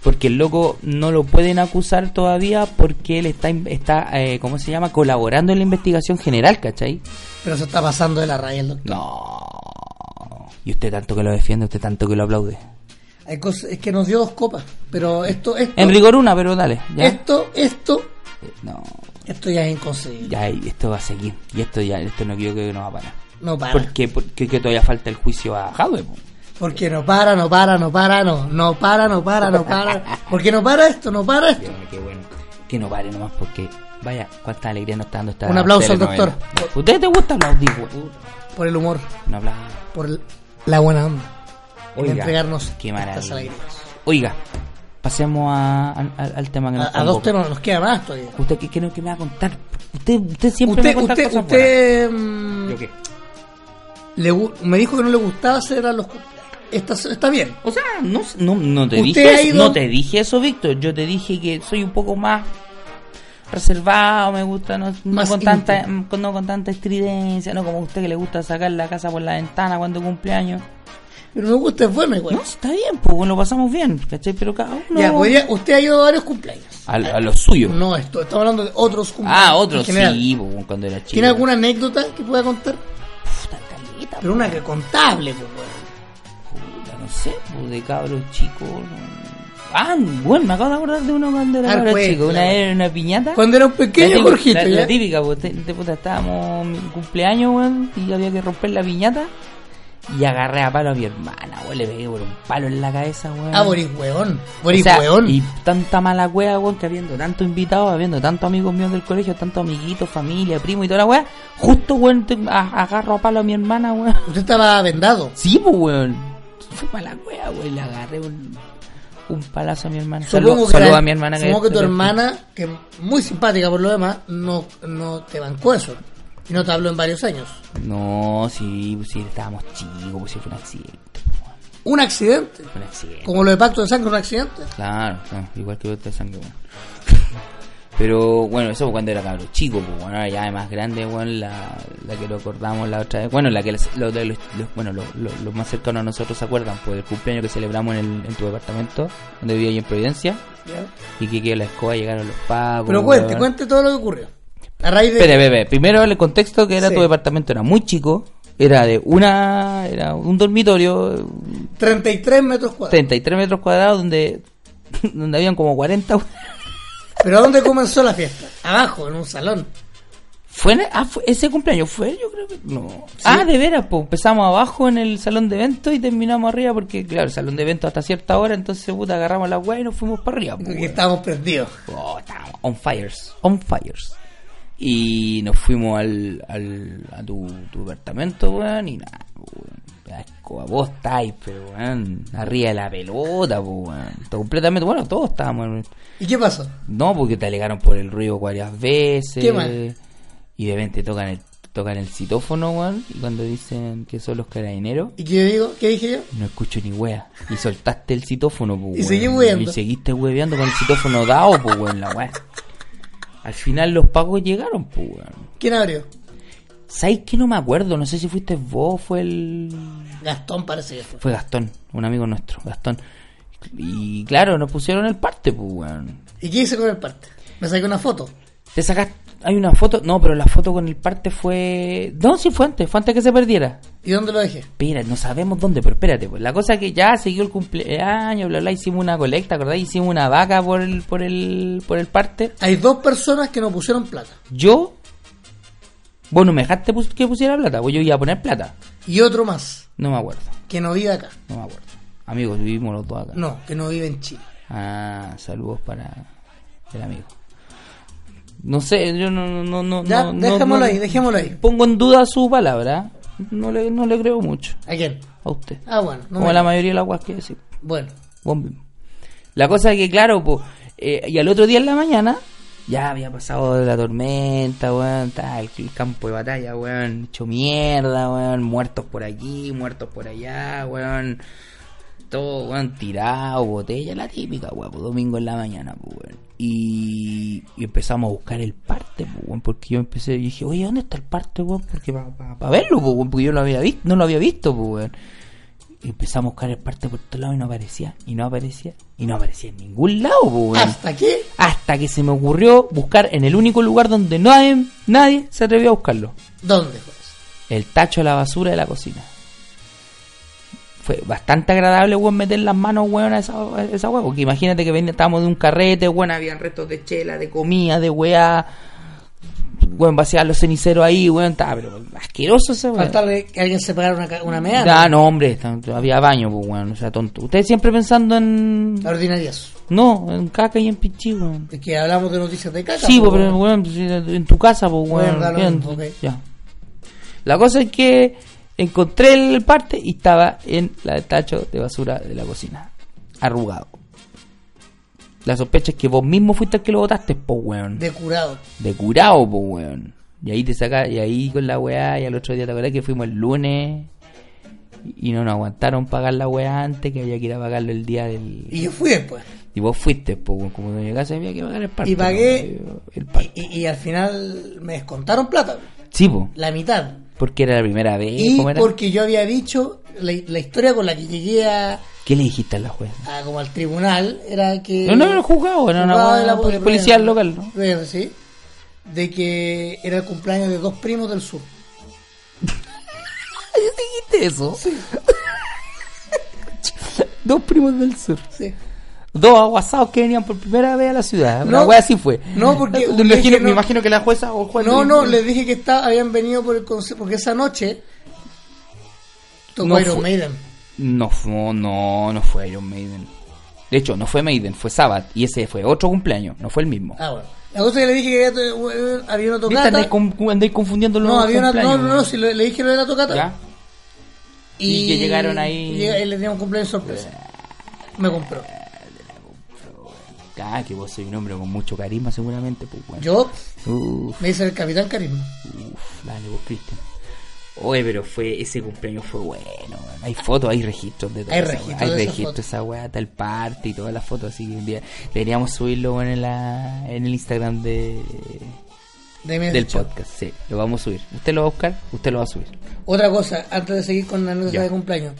Speaker 3: Porque el loco no lo pueden acusar todavía porque él está, in- está eh, ¿cómo se llama? Colaborando en la investigación general, ¿cachai?
Speaker 2: Pero se está pasando de la raya el doctor.
Speaker 3: No. Y usted tanto que lo defiende, usted tanto que lo aplaude.
Speaker 2: Hay cosas, es que nos dio dos copas, pero esto, esto,
Speaker 3: En rigor una, pero dale. ¿ya?
Speaker 2: esto, esto,
Speaker 3: Eh, No,
Speaker 2: esto ya es inconcebible.
Speaker 3: ya y esto va a seguir. Y esto ya, esto no creo que no va a parar.
Speaker 2: No para.
Speaker 3: Porque, porque que todavía falta el juicio a Jadwe. po.
Speaker 2: Porque no para, no para, no para, no, no para, no para, no
Speaker 3: [LAUGHS]
Speaker 2: para. Porque no para esto, no para esto.
Speaker 3: Dios mío, qué bueno. Que no pare nomás porque, vaya, cuánta alegría nos está dando esta
Speaker 2: Un aplauso al
Speaker 3: telenovela.
Speaker 2: doctor.
Speaker 3: ¿Usted te gusta aplaudir? güey?
Speaker 2: Por el humor,
Speaker 3: No aplauso.
Speaker 2: por el- la buena onda. Por
Speaker 3: Oiga,
Speaker 2: entregarnos
Speaker 3: qué
Speaker 2: estas
Speaker 3: maravilla.
Speaker 2: alegrías.
Speaker 3: Oiga, pasemos a- a- al- al tema que nos
Speaker 2: A, a dos
Speaker 3: convoca.
Speaker 2: temas nos queda más todavía.
Speaker 3: ¿Usted qué, qué, no- qué me va a contar? Usted, usted siempre
Speaker 2: Usted,
Speaker 3: me cuenta
Speaker 2: usted,
Speaker 3: cosas
Speaker 2: usted
Speaker 3: buenas.
Speaker 2: mm,
Speaker 3: ¿Yo qué?
Speaker 2: le gu- me dijo que no le gustaba celebrar los cumpleaños. Está, está bien.
Speaker 3: O sea, no, sé, no, no
Speaker 2: Usted ha
Speaker 3: te dije eso,
Speaker 2: ido-
Speaker 3: no te dije eso, Víctor. Yo te dije que soy un poco más reservado, me gusta no, no
Speaker 2: Más
Speaker 3: con tanta mm,
Speaker 2: íntimo.
Speaker 3: con- no con tanta estridencia, no como a usted que le gusta sacar la casa por la ventana cuando cumpleaños.
Speaker 2: Pero me gusta, es bueno igual.
Speaker 3: No, está bien, pues lo pasamos bien, ¿cachai? Pero cada uno
Speaker 2: Ya, podría- usted ha ido a varios cumpleaños.
Speaker 3: a, a lo suyo.
Speaker 2: No, esto, estamos hablando de otros cumpleaños.
Speaker 3: ah,
Speaker 2: en
Speaker 3: otro
Speaker 2: general.
Speaker 3: sí, pues, cuando era chico.
Speaker 2: ¿Tiene alguna anécdota que pueda contar?
Speaker 3: puta caleta?
Speaker 2: Pero una que contable, pues, weón.
Speaker 3: puta, no sé, pues, de cabros chicos. no. Ah, bueno, me acabo de acordar de uno cuando era
Speaker 2: Ah,
Speaker 3: cabro
Speaker 2: pues,
Speaker 3: chico, una
Speaker 2: claro.
Speaker 3: era una piñata.
Speaker 2: Cuando era un pequeño
Speaker 3: típica-
Speaker 2: Jorgito,
Speaker 3: la-
Speaker 2: ¿ya?
Speaker 3: la típica, pues, te- te- puta, estábamos en mi cumpleaños, weón, y había que romper la piñata. Y agarré a palo a mi hermana, weón, le pegué por un palo en la cabeza, weón.
Speaker 2: Ah, Boris Weón.
Speaker 3: O
Speaker 2: Boris
Speaker 3: sea,
Speaker 2: Weón.
Speaker 3: Y tanta mala wea, weón, que habiendo tanto invitados, habiendo tantos amigos míos del colegio, tantos amiguitos, familia, primo y toda la wea, justo, weón, te- a- agarro a palo a mi hermana, weón. [LAUGHS]
Speaker 2: Usted estaba vendado.
Speaker 3: Sí, pues, weón. Fue para la wea, weón. Le agarré un, un palazo a mi hermana.
Speaker 2: Supongo
Speaker 3: Saludo,
Speaker 2: que,
Speaker 3: saludo
Speaker 2: la-
Speaker 3: a mi hermana.
Speaker 2: supongo que tu
Speaker 3: que-
Speaker 2: hermana, que muy simpática por lo demás, no, no te bancó eso. Y no te habló en varios años.
Speaker 3: No, sí, pues sí, estábamos chicos, pues sí, fue un accidente. weón,
Speaker 2: Un accidente.
Speaker 3: Fue un accidente.
Speaker 2: Como lo de pacto de sangre, un accidente.
Speaker 3: Claro, no, igual que otra sangre, weón. [LAUGHS] Pero bueno, eso fue cuando era cabrón chico, pues bueno, ahora ya es más grande, weón, la, la que lo acordamos la otra vez. Bueno, la que las- lo de los, los- bueno, lo- lo- los más cercanos a nosotros se acuerdan, pues el cumpleaños que celebramos en, el- en tu departamento, donde vivía ahí en Providencia, y que quedó la escoba, llegaron los pagos.
Speaker 2: Pero cuente, cuente todo lo que ocurrió. A raíz de...
Speaker 3: Espera, espera, espera. Primero el contexto que era
Speaker 2: Sí.
Speaker 3: tu departamento era muy chico, era de una, era un dormitorio,
Speaker 2: 33 metros cuadrados.
Speaker 3: 33 metros cuadrados donde, [LAUGHS] donde habían como 40. we-
Speaker 2: ¿Pero a dónde comenzó la fiesta? Abajo, en un salón.
Speaker 3: Fue, en- ah, fue- ese cumpleaños fue, yo creo que no. Ah, de veras, pues empezamos abajo en el salón de eventos y terminamos arriba porque claro, el salón de eventos hasta cierta hora, entonces puta agarramos la weá y nos fuimos para arriba. po,
Speaker 2: Porque
Speaker 3: weón.
Speaker 2: estábamos perdidos.
Speaker 3: Oh, estábamos on fires, on fires. Y nos fuimos al, al, a tu, tu departamento, weón, y nada, weón. La escoba, vos estáis, pero weón, arriba de la pelota, po, weón. Todo completamente, bueno, todos estábamos. en-
Speaker 2: ¿Y qué pasó?
Speaker 3: No, porque te alegaron por el ruido varias veces.
Speaker 2: Qué mal.
Speaker 3: Y de repente tocan el, tocan el citófono, weón, y cuando dicen que son los carabineros,
Speaker 2: ¿Y qué digo? ¿Qué dije yo?
Speaker 3: no escucho ni wea. Y soltaste el citófono, pues,
Speaker 2: Y seguí hueveando.
Speaker 3: Y seguiste hueveando con el citófono dado, pues, weón, la wea. Al final los pagos llegaron, pues, weón.
Speaker 2: ¿Quién abrió?
Speaker 3: ¿Sabes que no me acuerdo? No sé si fuiste vos, fue el.
Speaker 2: Gastón parece que fue.
Speaker 3: Fue Gastón, un amigo nuestro, Gastón. Y claro, nos pusieron el parte, pues, weón.
Speaker 2: ¿Y qué hice con el parte? Me saqué una foto.
Speaker 3: Te sacaste. Hay una foto. No, pero la foto con el parte fue. No, sí, fue antes, fue antes que se perdiera.
Speaker 2: ¿Y dónde lo dejé?
Speaker 3: Espera, no sabemos dónde, pero espérate, pues. La cosa es que ya siguió el cumpleaños, bla, bla, hicimos una colecta, ¿acordás? Hicimos una vaca por el, por el, por el parte.
Speaker 2: Hay dos personas que no pusieron plata.
Speaker 3: Yo. Bueno, me dejaste pus- que pusiera plata, pues yo iba a poner plata.
Speaker 2: Y otro más,
Speaker 3: No me acuerdo,
Speaker 2: que no vive acá.
Speaker 3: no me acuerdo. Amigos, vivimos los dos acá.
Speaker 2: No, que no vive en Chile.
Speaker 3: Ah, saludos para el amigo. No sé, yo no, no, no,
Speaker 2: Ya,
Speaker 3: no, no-
Speaker 2: dejémoslo
Speaker 3: no-
Speaker 2: ahí, dejémoslo ahí.
Speaker 3: Pongo en duda su palabra. No le, no le creo mucho
Speaker 2: ¿A quién?
Speaker 3: a usted.
Speaker 2: Ah, bueno. No
Speaker 3: como
Speaker 2: me-
Speaker 3: la mayoría de las guas que decir.
Speaker 2: Bueno.
Speaker 3: Vos mismo. La cosa es que, claro, po, eh, y al otro día en la mañana, ya había pasado la tormenta, weón, tal, el campo de batalla, weón, hecho mierda, weón, muertos por aquí, muertos por allá, weón, todo, weón, tirado, botella, pues, la típica, weón, po, domingo en la mañana, po, weón. Y, y empezamos a buscar el parte, pues, weón, porque yo empecé y dije, oye, ¿dónde está el parte, weón? Porque para verlo, pues, weón, porque yo lo había visto, no lo había visto, pues, weón. Y empezamos a buscar el parte por todos lados y no aparecía, y no aparecía, y no aparecía en ningún lado, pues, weón.
Speaker 2: Hasta aquí.
Speaker 3: Hasta que se me ocurrió buscar en el único lugar donde nadie, nadie se atrevió a buscarlo.
Speaker 2: ¿Dónde, Jorge?
Speaker 3: El tacho de la basura de la cocina. Fue bastante agradable, weón, meter las manos, weón, a esa, a esa weá. Porque imagínate que venía, estábamos de un carrete, weón, habían restos de chela, de comida, de weá. Weón, vaciar los ceniceros ahí, weón. Estaba, pero asqueroso ese weón.
Speaker 2: Faltarle que alguien se pagara una, ca- una meada.
Speaker 3: Ah, no, hombre, está- había baño, pues, weón, o sea, tonto. Ustedes siempre pensando en.
Speaker 2: La ordinarias.
Speaker 3: No, en caca y en pichí, weón.
Speaker 2: Es que hablamos de noticias de caca.
Speaker 3: Sí,
Speaker 2: pues,
Speaker 3: pues, pero
Speaker 2: weón.
Speaker 3: weón, pues, en tu casa, pues, weón.
Speaker 2: Bueno, da lo
Speaker 3: bien,
Speaker 2: mismo, ok.
Speaker 3: ya. La cosa es que encontré el parte y estaba en la del tacho de basura de la cocina, arrugado. La sospecha es que vos mismo fuiste el que lo botaste, pues, weón. De,
Speaker 2: De curado.
Speaker 3: curado, pues, weón. Y ahí te saca, y ahí con la weá, y al otro día te acordás que fuimos el lunes y no nos aguantaron pagar la weá antes, que había que ir a pagarlo el día del.
Speaker 2: Y yo fui después.
Speaker 3: Y vos fuiste, pues, weón. Como no llegaste, había que pagar el parte.
Speaker 2: Y pagué-
Speaker 3: ¿no? El parte.
Speaker 2: Y, y- y al final me descontaron plata.
Speaker 3: Sí, po,
Speaker 2: La mitad.
Speaker 3: porque era la primera vez.
Speaker 2: Y
Speaker 3: ¿cómo era?
Speaker 2: porque yo había dicho, la, la historia con la que llegué a,
Speaker 3: ¿Qué le dijiste a la jueza?
Speaker 2: a- como al tribunal era que...
Speaker 3: No, no, era el juzgado, era una
Speaker 2: juzgado de la
Speaker 3: pol-
Speaker 2: de-
Speaker 3: policía local, ¿no?
Speaker 2: de- sí. De que era el cumpleaños de dos primos del sur.
Speaker 3: dijiste eso?
Speaker 2: [LAUGHS]
Speaker 3: Dos primos del sur.
Speaker 2: Sí.
Speaker 3: Dos aguasados que venían por primera vez a la ciudad. Una
Speaker 2: No,
Speaker 3: wea así fue. Eh,
Speaker 2: no, porque-
Speaker 3: Me imagino,
Speaker 2: no.
Speaker 3: me imagino que la jueza o el juez.
Speaker 2: Pues No,
Speaker 3: le-
Speaker 2: no, les dije que está, habían venido por el consejo, porque esa noche tocó
Speaker 3: No
Speaker 2: Iron
Speaker 3: fue-
Speaker 2: Maiden.
Speaker 3: No, fu- no, no fue Iron Maiden. De hecho, no fue Maiden, fue Sabbath. Y ese fue otro cumpleaños, no fue el mismo.
Speaker 2: Ah, bueno. La cosa que le dije que había, había una
Speaker 3: ¿Viste? Andáis,
Speaker 2: tocata.
Speaker 3: con- andáis confundiendo los
Speaker 2: No, había una, no,
Speaker 3: cumpleaños,
Speaker 2: no, no, si le, le dije lo de la tocata.
Speaker 3: ¿Ya? Y que llegaron ahí.
Speaker 2: Y, llega- y le dieron cumpleaños sorpresa. Me compró.
Speaker 3: Ah, que vos sois un hombre con mucho carisma seguramente, pues bueno.
Speaker 2: Yo
Speaker 3: Uf.
Speaker 2: me hice el capitán carisma.
Speaker 3: Uf, dale vos, Cristian. Oye, pero fue ese cumpleaños fue bueno, weón. Hay fotos, hay registros de todo.
Speaker 2: Hay
Speaker 3: esa
Speaker 2: registros
Speaker 3: weá.
Speaker 2: de
Speaker 3: Hay
Speaker 2: esas
Speaker 3: registros de
Speaker 2: fotos.
Speaker 3: esa weá, tal parte y todas las fotos. Así que un día deberíamos subirlo weón, en, la, en el Instagram de,
Speaker 2: De mi
Speaker 3: del
Speaker 2: dicho.
Speaker 3: podcast. Sí, lo vamos a subir. Usted lo va a buscar, usted lo va a subir.
Speaker 2: Otra cosa, antes de seguir con la anécdota
Speaker 3: Ya.
Speaker 2: de cumpleaños.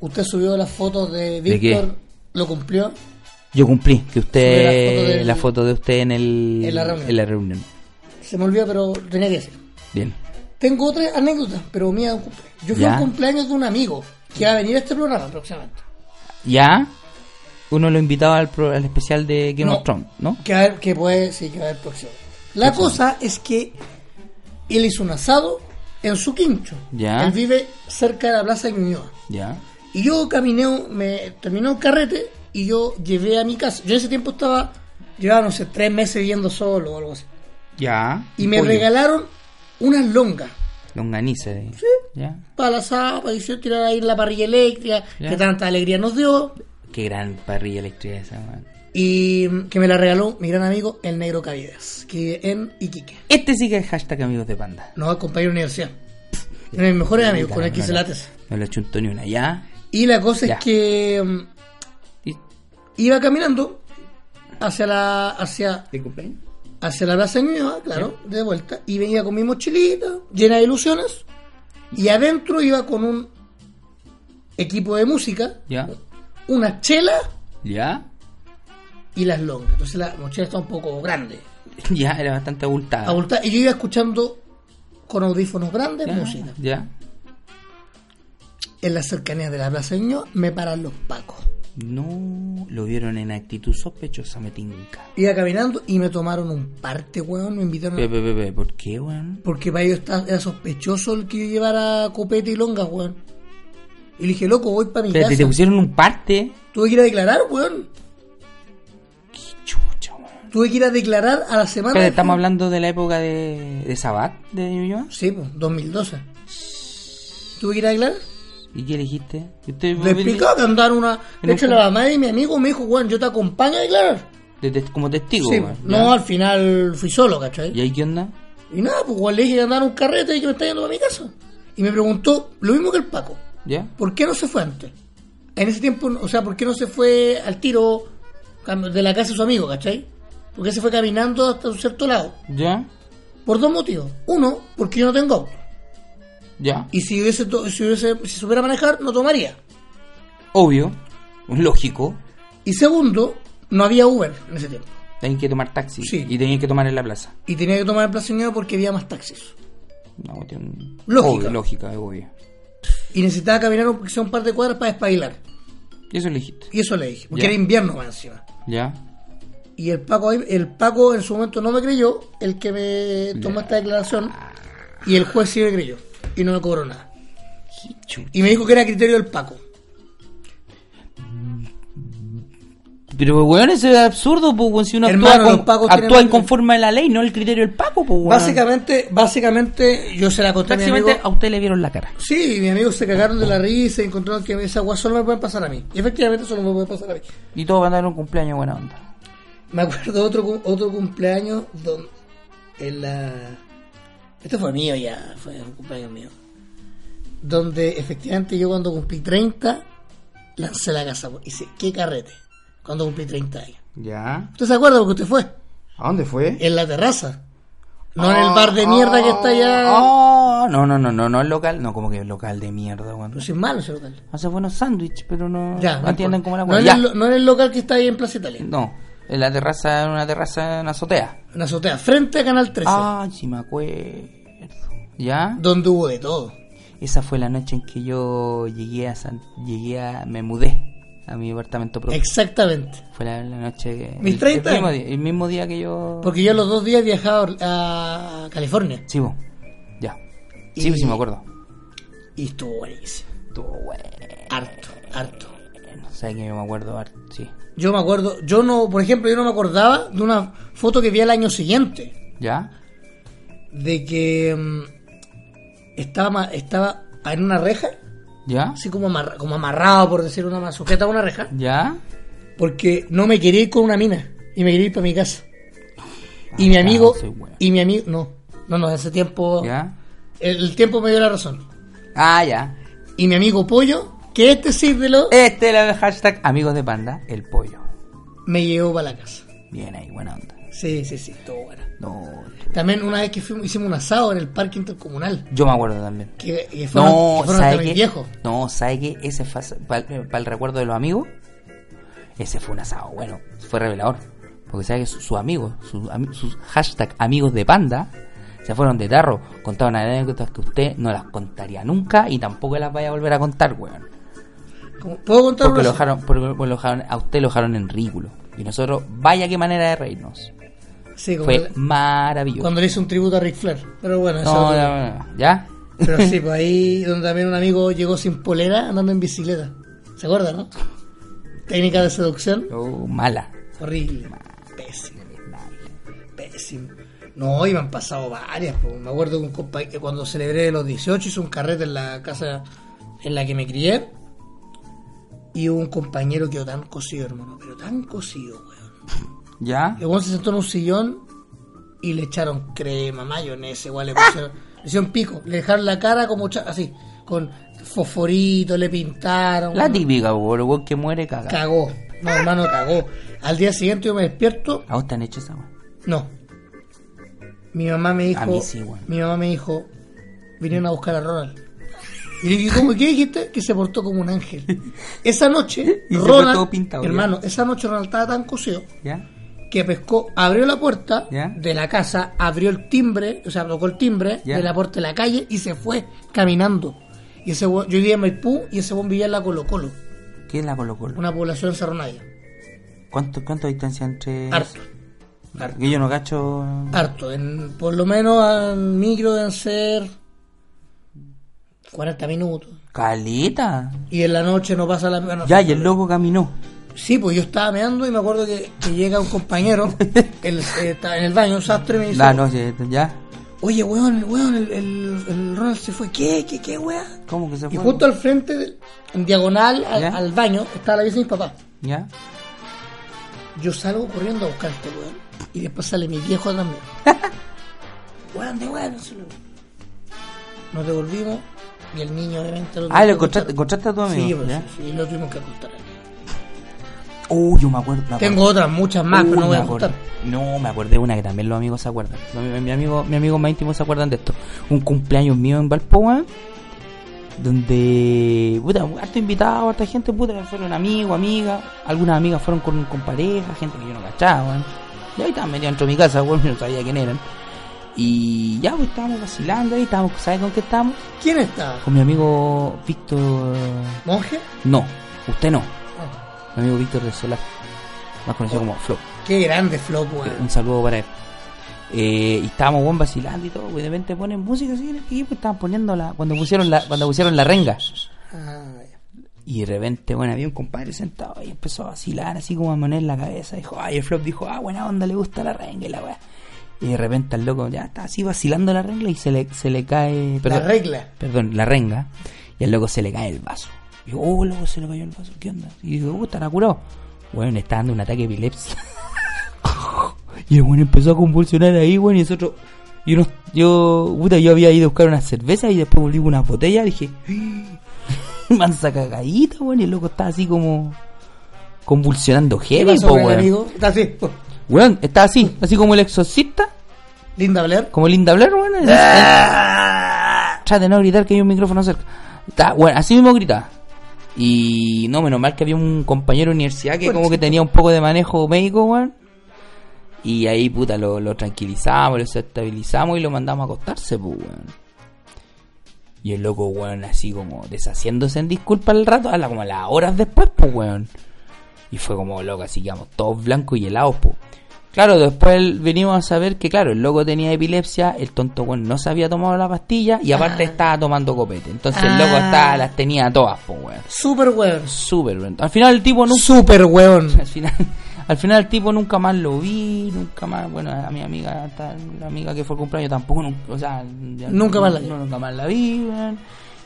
Speaker 2: Usted subió las fotos de
Speaker 3: ¿De qué?
Speaker 2: Víctor, lo cumplió.
Speaker 3: Yo cumplí que usted,
Speaker 2: Sube la
Speaker 3: la
Speaker 2: foto
Speaker 3: foto,
Speaker 2: del-
Speaker 3: de usted en, el,
Speaker 2: En la reunión.
Speaker 3: en la reunión.
Speaker 2: Se me olvidó, pero tenía que decir.
Speaker 3: Bien.
Speaker 2: Tengo otra anécdota, pero mía de un cumpleaños. Yo fui a
Speaker 3: Ya.
Speaker 2: un cumpleaños de un amigo que va a venir a este programa próximamente.
Speaker 3: Ya, uno lo invitaba al, pro- al especial de Game
Speaker 2: No.
Speaker 3: of Thrones, ¿no?
Speaker 2: Que, va a haber- que puede, sí, que va a haber próximo. La cosa es que él hizo un asado en su quincho.
Speaker 3: Ya.
Speaker 2: Él vive cerca de la plaza de Ñuñoa.
Speaker 3: Ya.
Speaker 2: Y yo caminé, un- me terminó el carrete y yo llevé a mi casa. Yo en ese tiempo estaba, llevaba, no sé, tres meses viviendo solo o algo así.
Speaker 3: Ya.
Speaker 2: Y me
Speaker 3: Pollo.
Speaker 2: regalaron unas longas
Speaker 3: Longaniza. eh. Ya.
Speaker 2: para la asado, para yo tirar ahí en la parrilla eléctrica,
Speaker 3: Ya.
Speaker 2: que tanta alegría nos dio.
Speaker 3: Qué gran parrilla eléctrica esa, man.
Speaker 2: Y mm, que me la regaló mi gran amigo, el Negro Cavidas, que vive en Iquique.
Speaker 3: Este sí que es hashtag amigos de panda.
Speaker 2: Nos acompañó a la universidad. Uno de mis mejores amigos, con el que hice
Speaker 3: No, no,
Speaker 2: lates.
Speaker 3: No le chunto ni una, ya.
Speaker 2: Y la cosa
Speaker 3: Ya.
Speaker 2: es que mm,
Speaker 3: ¿Y
Speaker 2: iba caminando hacia la hacia
Speaker 3: de cumpleaños?
Speaker 2: hacia la plaza de Ñuñoa, claro, de vuelta, y venía con mi mochilita, llena de ilusiones, y adentro iba con un equipo de música,
Speaker 3: Ya.
Speaker 2: una chela
Speaker 3: Ya. [LAUGHS]
Speaker 2: y las longas. Entonces la mochila estaba un poco grande.
Speaker 3: Ya, era bastante abultada.
Speaker 2: Abultada, y yo iba escuchando con audífonos grandes
Speaker 3: Ya,
Speaker 2: música.
Speaker 3: Ya.
Speaker 2: En las cercanías de la plaza de Ñuñoa me paran los pacos.
Speaker 3: No, lo vieron en actitud sospechosa, me tinca.
Speaker 2: Iba caminando y me tomaron un parte, weón, me invitaron a...
Speaker 3: Pepe, pepe, ¿por qué, weón?
Speaker 2: Porque para ellos está- era sospechoso el que yo llevara copete y longas, weón. Y le dije, loco, voy para mi
Speaker 3: Espérate, te
Speaker 2: casa.
Speaker 3: pusieron un parte.
Speaker 2: Tuve que ir a declarar, weón.
Speaker 3: Qué chucha, weón.
Speaker 2: Tuve que ir a declarar a la semana.
Speaker 3: Espérate, estamos hablando de la época de, de Sabat, de Ñuñoa.
Speaker 2: Sí, pues, 2012. Tuve que ir a declarar.
Speaker 3: ¿Y qué elegiste? Usted-
Speaker 2: Le explicaba que andar una.
Speaker 3: en
Speaker 2: De
Speaker 3: un
Speaker 2: hecho, la mamá de mi amigo me dijo, weón, yo te acompaño a declarar.
Speaker 3: de- de- como testigo,
Speaker 2: Sí,
Speaker 3: weón.
Speaker 2: no, al final fui solo, ¿cachai?
Speaker 3: ¿Y ahí qué onda?
Speaker 2: Y nada, pues, weón, le dije que andaba en un carrete y que me está yendo a mi casa. Y me preguntó lo mismo que el Paco.
Speaker 3: ¿Ya?
Speaker 2: ¿Por qué no se fue antes? En ese tiempo, o sea, ¿por qué no se fue al tiro cam- de la casa de su amigo, ¿cachai? Porque se fue caminando hasta un cierto lado.
Speaker 3: ¿Ya?
Speaker 2: Por dos motivos. Uno, porque yo no tengo auto.
Speaker 3: ¿Ya?
Speaker 2: Y si hubiese, to- si hubiese, si supiera manejar, no tomaría.
Speaker 3: Obvio. Lógico.
Speaker 2: Y segundo, no había Uber en ese tiempo.
Speaker 3: Tenías que tomar taxi.
Speaker 2: Sí.
Speaker 3: Y tenías que tomar en la plaza.
Speaker 2: Y tenía que tomar el Plaza Unión porque había más taxis.
Speaker 3: Una cuestión.
Speaker 2: Lógica.
Speaker 3: Obvio, lógica, obvio.
Speaker 2: Y necesitaba caminar un, quizá un par de cuadras para despabilar.
Speaker 3: Y eso elegiste.
Speaker 2: Y eso le dije, porque
Speaker 3: Ya.
Speaker 2: era invierno más encima.
Speaker 3: ¿Ya?
Speaker 2: Y el Paco, ahí- el Paco en su momento no me creyó, el que me tomó esta declaración, y el juez sí me creyó, y no me cobró nada.
Speaker 3: Qué chu-
Speaker 2: Y me dijo que era criterio del Paco.
Speaker 3: Pero, weón, eso es absurdo, pues, weón. Si uno
Speaker 2: Hermano, los
Speaker 3: actúa,
Speaker 2: pacos
Speaker 3: con,
Speaker 2: tienen
Speaker 3: actúa
Speaker 2: más-
Speaker 3: inconforme a la ley, no el criterio del papo, pues, weón.
Speaker 2: Básicamente, básicamente yo se la conté a mi amigo.
Speaker 3: Prácticamente a usted le vieron la cara.
Speaker 2: Sí, mis amigos se cagaron de la risa y encontraron que esa agua solo me pueden pasar a mí. Y efectivamente solo me puede pasar a mí.
Speaker 3: Y todos van a dar un cumpleaños buena onda.
Speaker 2: Me acuerdo otro cum- otro cumpleaños donde en la este fue mío ya, fue un cumpleaños mío. Donde efectivamente yo cuando cumplí 30 lancé la casa, pues, hice qué carrete cuando cumplí 30 años.
Speaker 3: ¿Ya?
Speaker 2: ¿Usted se acuerda porque usted fue?
Speaker 3: ¿A dónde fue?
Speaker 2: En la terraza. No en el bar de mierda que está allá.
Speaker 3: Oh, no, no, no, no, no el local. No, como que el local de mierda, weón.
Speaker 2: No es malo ese local.
Speaker 3: Hace buenos sándwiches, pero no,
Speaker 2: Pues Ya,
Speaker 3: no
Speaker 2: no
Speaker 3: atienden
Speaker 2: importa.
Speaker 3: como la
Speaker 2: no,
Speaker 3: weón.
Speaker 2: en
Speaker 3: Ya.
Speaker 2: el, lo- no en el local que está ahí en Plaza Italia.
Speaker 3: No, en la terraza, en una terraza, en una azotea.
Speaker 2: Una azotea, frente a Canal 13.
Speaker 3: Ah, sí me acuerdo. ¿Ya?
Speaker 2: Donde hubo de todo.
Speaker 3: Esa fue la noche en que yo llegué a San- llegué a, me mudé a mi departamento propio.
Speaker 2: Exactamente.
Speaker 3: Fue la, la noche que
Speaker 2: Mis
Speaker 3: el-
Speaker 2: 30
Speaker 3: el, mismo
Speaker 2: años.
Speaker 3: día, el mismo día que yo
Speaker 2: Porque yo los dos días viajaba a Or- a California.
Speaker 3: Sí, vos. ya. Sí,
Speaker 2: Y-
Speaker 3: pues, sí me acuerdo.
Speaker 2: Y estuvo buenísimo.
Speaker 3: Tú, güey.
Speaker 2: Harto, harto.
Speaker 3: No sé que yo me acuerdo, Bart, sí.
Speaker 2: Yo me acuerdo, yo no, por ejemplo, yo no me acordaba de una foto que vi al año siguiente.
Speaker 3: ¿Ya?
Speaker 2: De que mm, estaba, ma- estaba en una reja,
Speaker 3: ¿Ya?
Speaker 2: así como, amarra- como amarrado, por decir una más sujeta a una reja.
Speaker 3: ¿Ya?
Speaker 2: Porque no me quería ir con una mina y me quería ir para mi casa. Y
Speaker 3: Ah,
Speaker 2: mi
Speaker 3: claro,
Speaker 2: amigo,
Speaker 3: soy weón.
Speaker 2: y mi amigo, no, no, no, ese tiempo,
Speaker 3: ¿Ya?
Speaker 2: el, el tiempo me dio la razón.
Speaker 3: Ah, ya.
Speaker 2: Y mi amigo Pollo, que este sí de lo,
Speaker 3: Este era el hashtag amigos de panda, el pollo.
Speaker 2: me llevó para la casa.
Speaker 3: Bien ahí, buena onda.
Speaker 2: Sí, sí, sí, todo bueno.
Speaker 3: No.
Speaker 2: También una vez que fuimos, hicimos un asado en el parque intercomunal.
Speaker 3: Yo me acuerdo también.
Speaker 2: Que, que fueron,
Speaker 3: No,
Speaker 2: que fueron hasta
Speaker 3: ¿sabe
Speaker 2: mis
Speaker 3: qué?
Speaker 2: viejos.
Speaker 3: No, ¿sabe qué? Ese fue para el recuerdo de los amigos. Ese fue un asado, bueno, fue revelador. Porque sabe que su- sus amigos, sus ami- sus hashtag amigos de panda, se fueron de tarro, contaron anécdotas que usted no las contaría nunca y tampoco las vaya a volver a contar, weón.
Speaker 2: Como- ¿Puedo contar
Speaker 3: Porque
Speaker 2: una?
Speaker 3: lo dejaron, porque lo dejaron, a usted lo dejaron en ridículo. Y nosotros, vaya qué manera de reírnos.
Speaker 2: Sí, como
Speaker 3: Fue
Speaker 2: la-
Speaker 3: maravilloso.
Speaker 2: cuando le hice un tributo a Ric Flair. Pero bueno, eso
Speaker 3: No,
Speaker 2: es otro-
Speaker 3: no, no, no. ¿Ya?
Speaker 2: Pero sí, pues ahí donde también un amigo llegó sin polera andando en bicicleta. ¿Se acuerda, no? Técnica de seducción.
Speaker 3: Oh, mala.
Speaker 2: Horrible. Pésimo. Pésimo. No, y me han pasado varias. po. Me acuerdo que un compa- que cuando celebré los 18 hice un carrete en la casa en la que me crié. Y un compañero quedó tan cosido, hermano. Pero tan cosido, weón.
Speaker 3: ¿Ya?
Speaker 2: El weón se sentó en un sillón y le echaron crema, mayonesa, igual le pusieron, le hicieron pico. Le dejaron la cara como cha- así, con fosforito, le pintaron.
Speaker 3: La
Speaker 2: weón.
Speaker 3: típica, po, el weón que muere caga.
Speaker 2: Cagó. No, hermano, cagó. Al día siguiente yo me despierto
Speaker 3: ¿A vos te han hecho esa weón?
Speaker 2: No. Mi mamá me dijo.
Speaker 3: A mí sí, weón.
Speaker 2: Mi mamá me dijo. Vinieron a buscar a Ronald. Y le dije, ¿cómo? ¿Qué dijiste? Que se portó como un ángel. Esa noche,
Speaker 3: [LAUGHS] Y se fue
Speaker 2: Ronald.
Speaker 3: todo pintado, ya.
Speaker 2: hermano, esa noche Ronald estaba tan cosido
Speaker 3: ¿Ya?
Speaker 2: que pescó, abrió la puerta
Speaker 3: Ya.
Speaker 2: de la casa, abrió el timbre, o sea, tocó el timbre
Speaker 3: Ya.
Speaker 2: de la puerta de la calle y se fue caminando. Y ese weón- yo vivía en Maipú y ese buen vivía en la Colo Colo,
Speaker 3: ¿Qué es la Colo Colo?
Speaker 2: una población serronaya.
Speaker 3: ¿Cuánto, ¿Cuánto distancia entre...?
Speaker 2: Harto. Harto.
Speaker 3: Que yo no cacho...
Speaker 2: harto. En, por lo menos al micro deben ser 40 minutos.
Speaker 3: ¡Caleta!
Speaker 2: Y en la noche no pasa la bueno,
Speaker 3: Ya, y el loco caminó.
Speaker 2: Sí, pues yo estaba meando y me acuerdo que, que llega un
Speaker 3: [LAUGHS]
Speaker 2: compañero el, eh, está en el baño, un sastre, y me dice:
Speaker 3: La noche, ya.
Speaker 2: Oye, weón, weón, el, el, el Ronald se fue. ¿Qué, qué, qué, weón?
Speaker 3: ¿Cómo que se
Speaker 2: Y
Speaker 3: fue?
Speaker 2: justo al frente, del- en diagonal al,
Speaker 3: Ya.
Speaker 2: al baño, estaba la bici de mis papás.
Speaker 3: ¿Ya?
Speaker 2: Yo salgo corriendo a buscar a este weón. Y después sale mi viejo
Speaker 3: [LAUGHS]
Speaker 2: también. weón, de weón, no se lo- Nos devolvimos y el niño obviamente lo tuvimos
Speaker 3: Ah, lo
Speaker 2: que acostar.
Speaker 3: encontraste, encontraste a tu amigo.
Speaker 2: Sí, pues,
Speaker 3: ¿ya?
Speaker 2: sí, sí, y lo tuvimos que acostar.
Speaker 3: Oh, yo me acuerdo. me acuerdo.
Speaker 2: Tengo otras, muchas más,
Speaker 3: Uh,
Speaker 2: pero no voy a
Speaker 3: me acordé.
Speaker 2: contar.
Speaker 3: No, me acordé de una que también los amigos se acuerdan. Los- Mi, mi amigo, mi amigo más íntimo se acuerdan de esto. Un cumpleaños mío en Valpoa, donde, puta, harto invitado, harta gente, puta, fueron amigos, amigas. Algunas amigas fueron con, con pareja, gente que yo no cachaba, weón. Y ahí estaban metidos dentro de mi casa, weón, [LAUGHS] yo no sabía quién eran. Y ya, pues, estábamos vacilando ahí, estábamos, ¿sabes con qué estábamos?
Speaker 2: ¿Quién está?
Speaker 3: Con mi amigo Víctor...
Speaker 2: ¿Monje?
Speaker 3: No, usted no.
Speaker 2: Oh,
Speaker 3: Mi amigo Víctor del Solar, más conocido como Flo.
Speaker 2: qué grande flop,
Speaker 3: Eh,
Speaker 2: weón.
Speaker 3: Un saludo para él. Eh, y estábamos buen vacilando y todo, y de repente ponen música así en el equipo, estaban poniendo la, cuando pusieron la, cuando pusieron la renga.
Speaker 2: Ah, ya.
Speaker 3: Y de repente, bueno, había un compadre sentado y empezó a vacilar así como a poner la cabeza, dijo, ay, el flop dijo, ah, buena onda, le gusta la renga y la weá. Y de repente el loco ya está así vacilando la renga y se le, se le cae.
Speaker 2: la
Speaker 3: perdón,
Speaker 2: regla.
Speaker 3: perdón, la renga, y al loco se le cae el vaso. Y digo, oh, loco, se le cayó el vaso, ¿qué onda? Y digo, oh, estará curado. Bueno, le está dando un ataque de epilepsia. [LAUGHS] y el bueno empezó a convulsionar ahí, bueno, y nosotros, yo, no- yo, puta, yo había ido a buscar una cerveza y después volví con una botella, dije, "¡Ah! [LAUGHS] mansa cagadita, bueno, y el loco estaba así como convulsionando
Speaker 2: ¿Qué
Speaker 3: heavy,
Speaker 2: pasó
Speaker 3: po,
Speaker 2: con el
Speaker 3: weón.
Speaker 2: amigo? Está así. oh.
Speaker 3: Weón, estaba así, así como el exorcista,
Speaker 2: Linda Blair.
Speaker 3: como Linda Blair, weón. así- Trata de no gritar que hay un micrófono cerca. Está, bueno, así mismo gritaba. Y no, menos mal que había un compañero de universidad que como que tenía un poco de manejo médico, weón. Y ahí, puta, lo, lo tranquilizamos, lo estabilizamos y lo mandamos a acostarse, pues, weón. Y el loco, weón, así como deshaciéndose en disculpa al rato, a la- como a las horas después, pues, weón. Y fue como loco, así quedamos todos blancos y helados, po. Claro, después el- venimos a saber que, claro, el loco tenía epilepsia, el tonto weón no se había tomado la pastilla y aparte
Speaker 2: Ah.
Speaker 3: estaba tomando copete. Entonces el
Speaker 2: Ah.
Speaker 3: loco estaba, las tenía todas, po, weón.
Speaker 2: Super weón.
Speaker 3: Súper, weón. Al final el tipo nunca.
Speaker 2: Super weón.
Speaker 3: [LAUGHS] Al final, al final el tipo nunca más lo vi, nunca más. Bueno, a mi amiga, ta- la amiga que fue al cumpleaños tampoco, nunca, o sea, ya-
Speaker 2: Nunca más la vi.
Speaker 3: no, nunca más la vi, weón.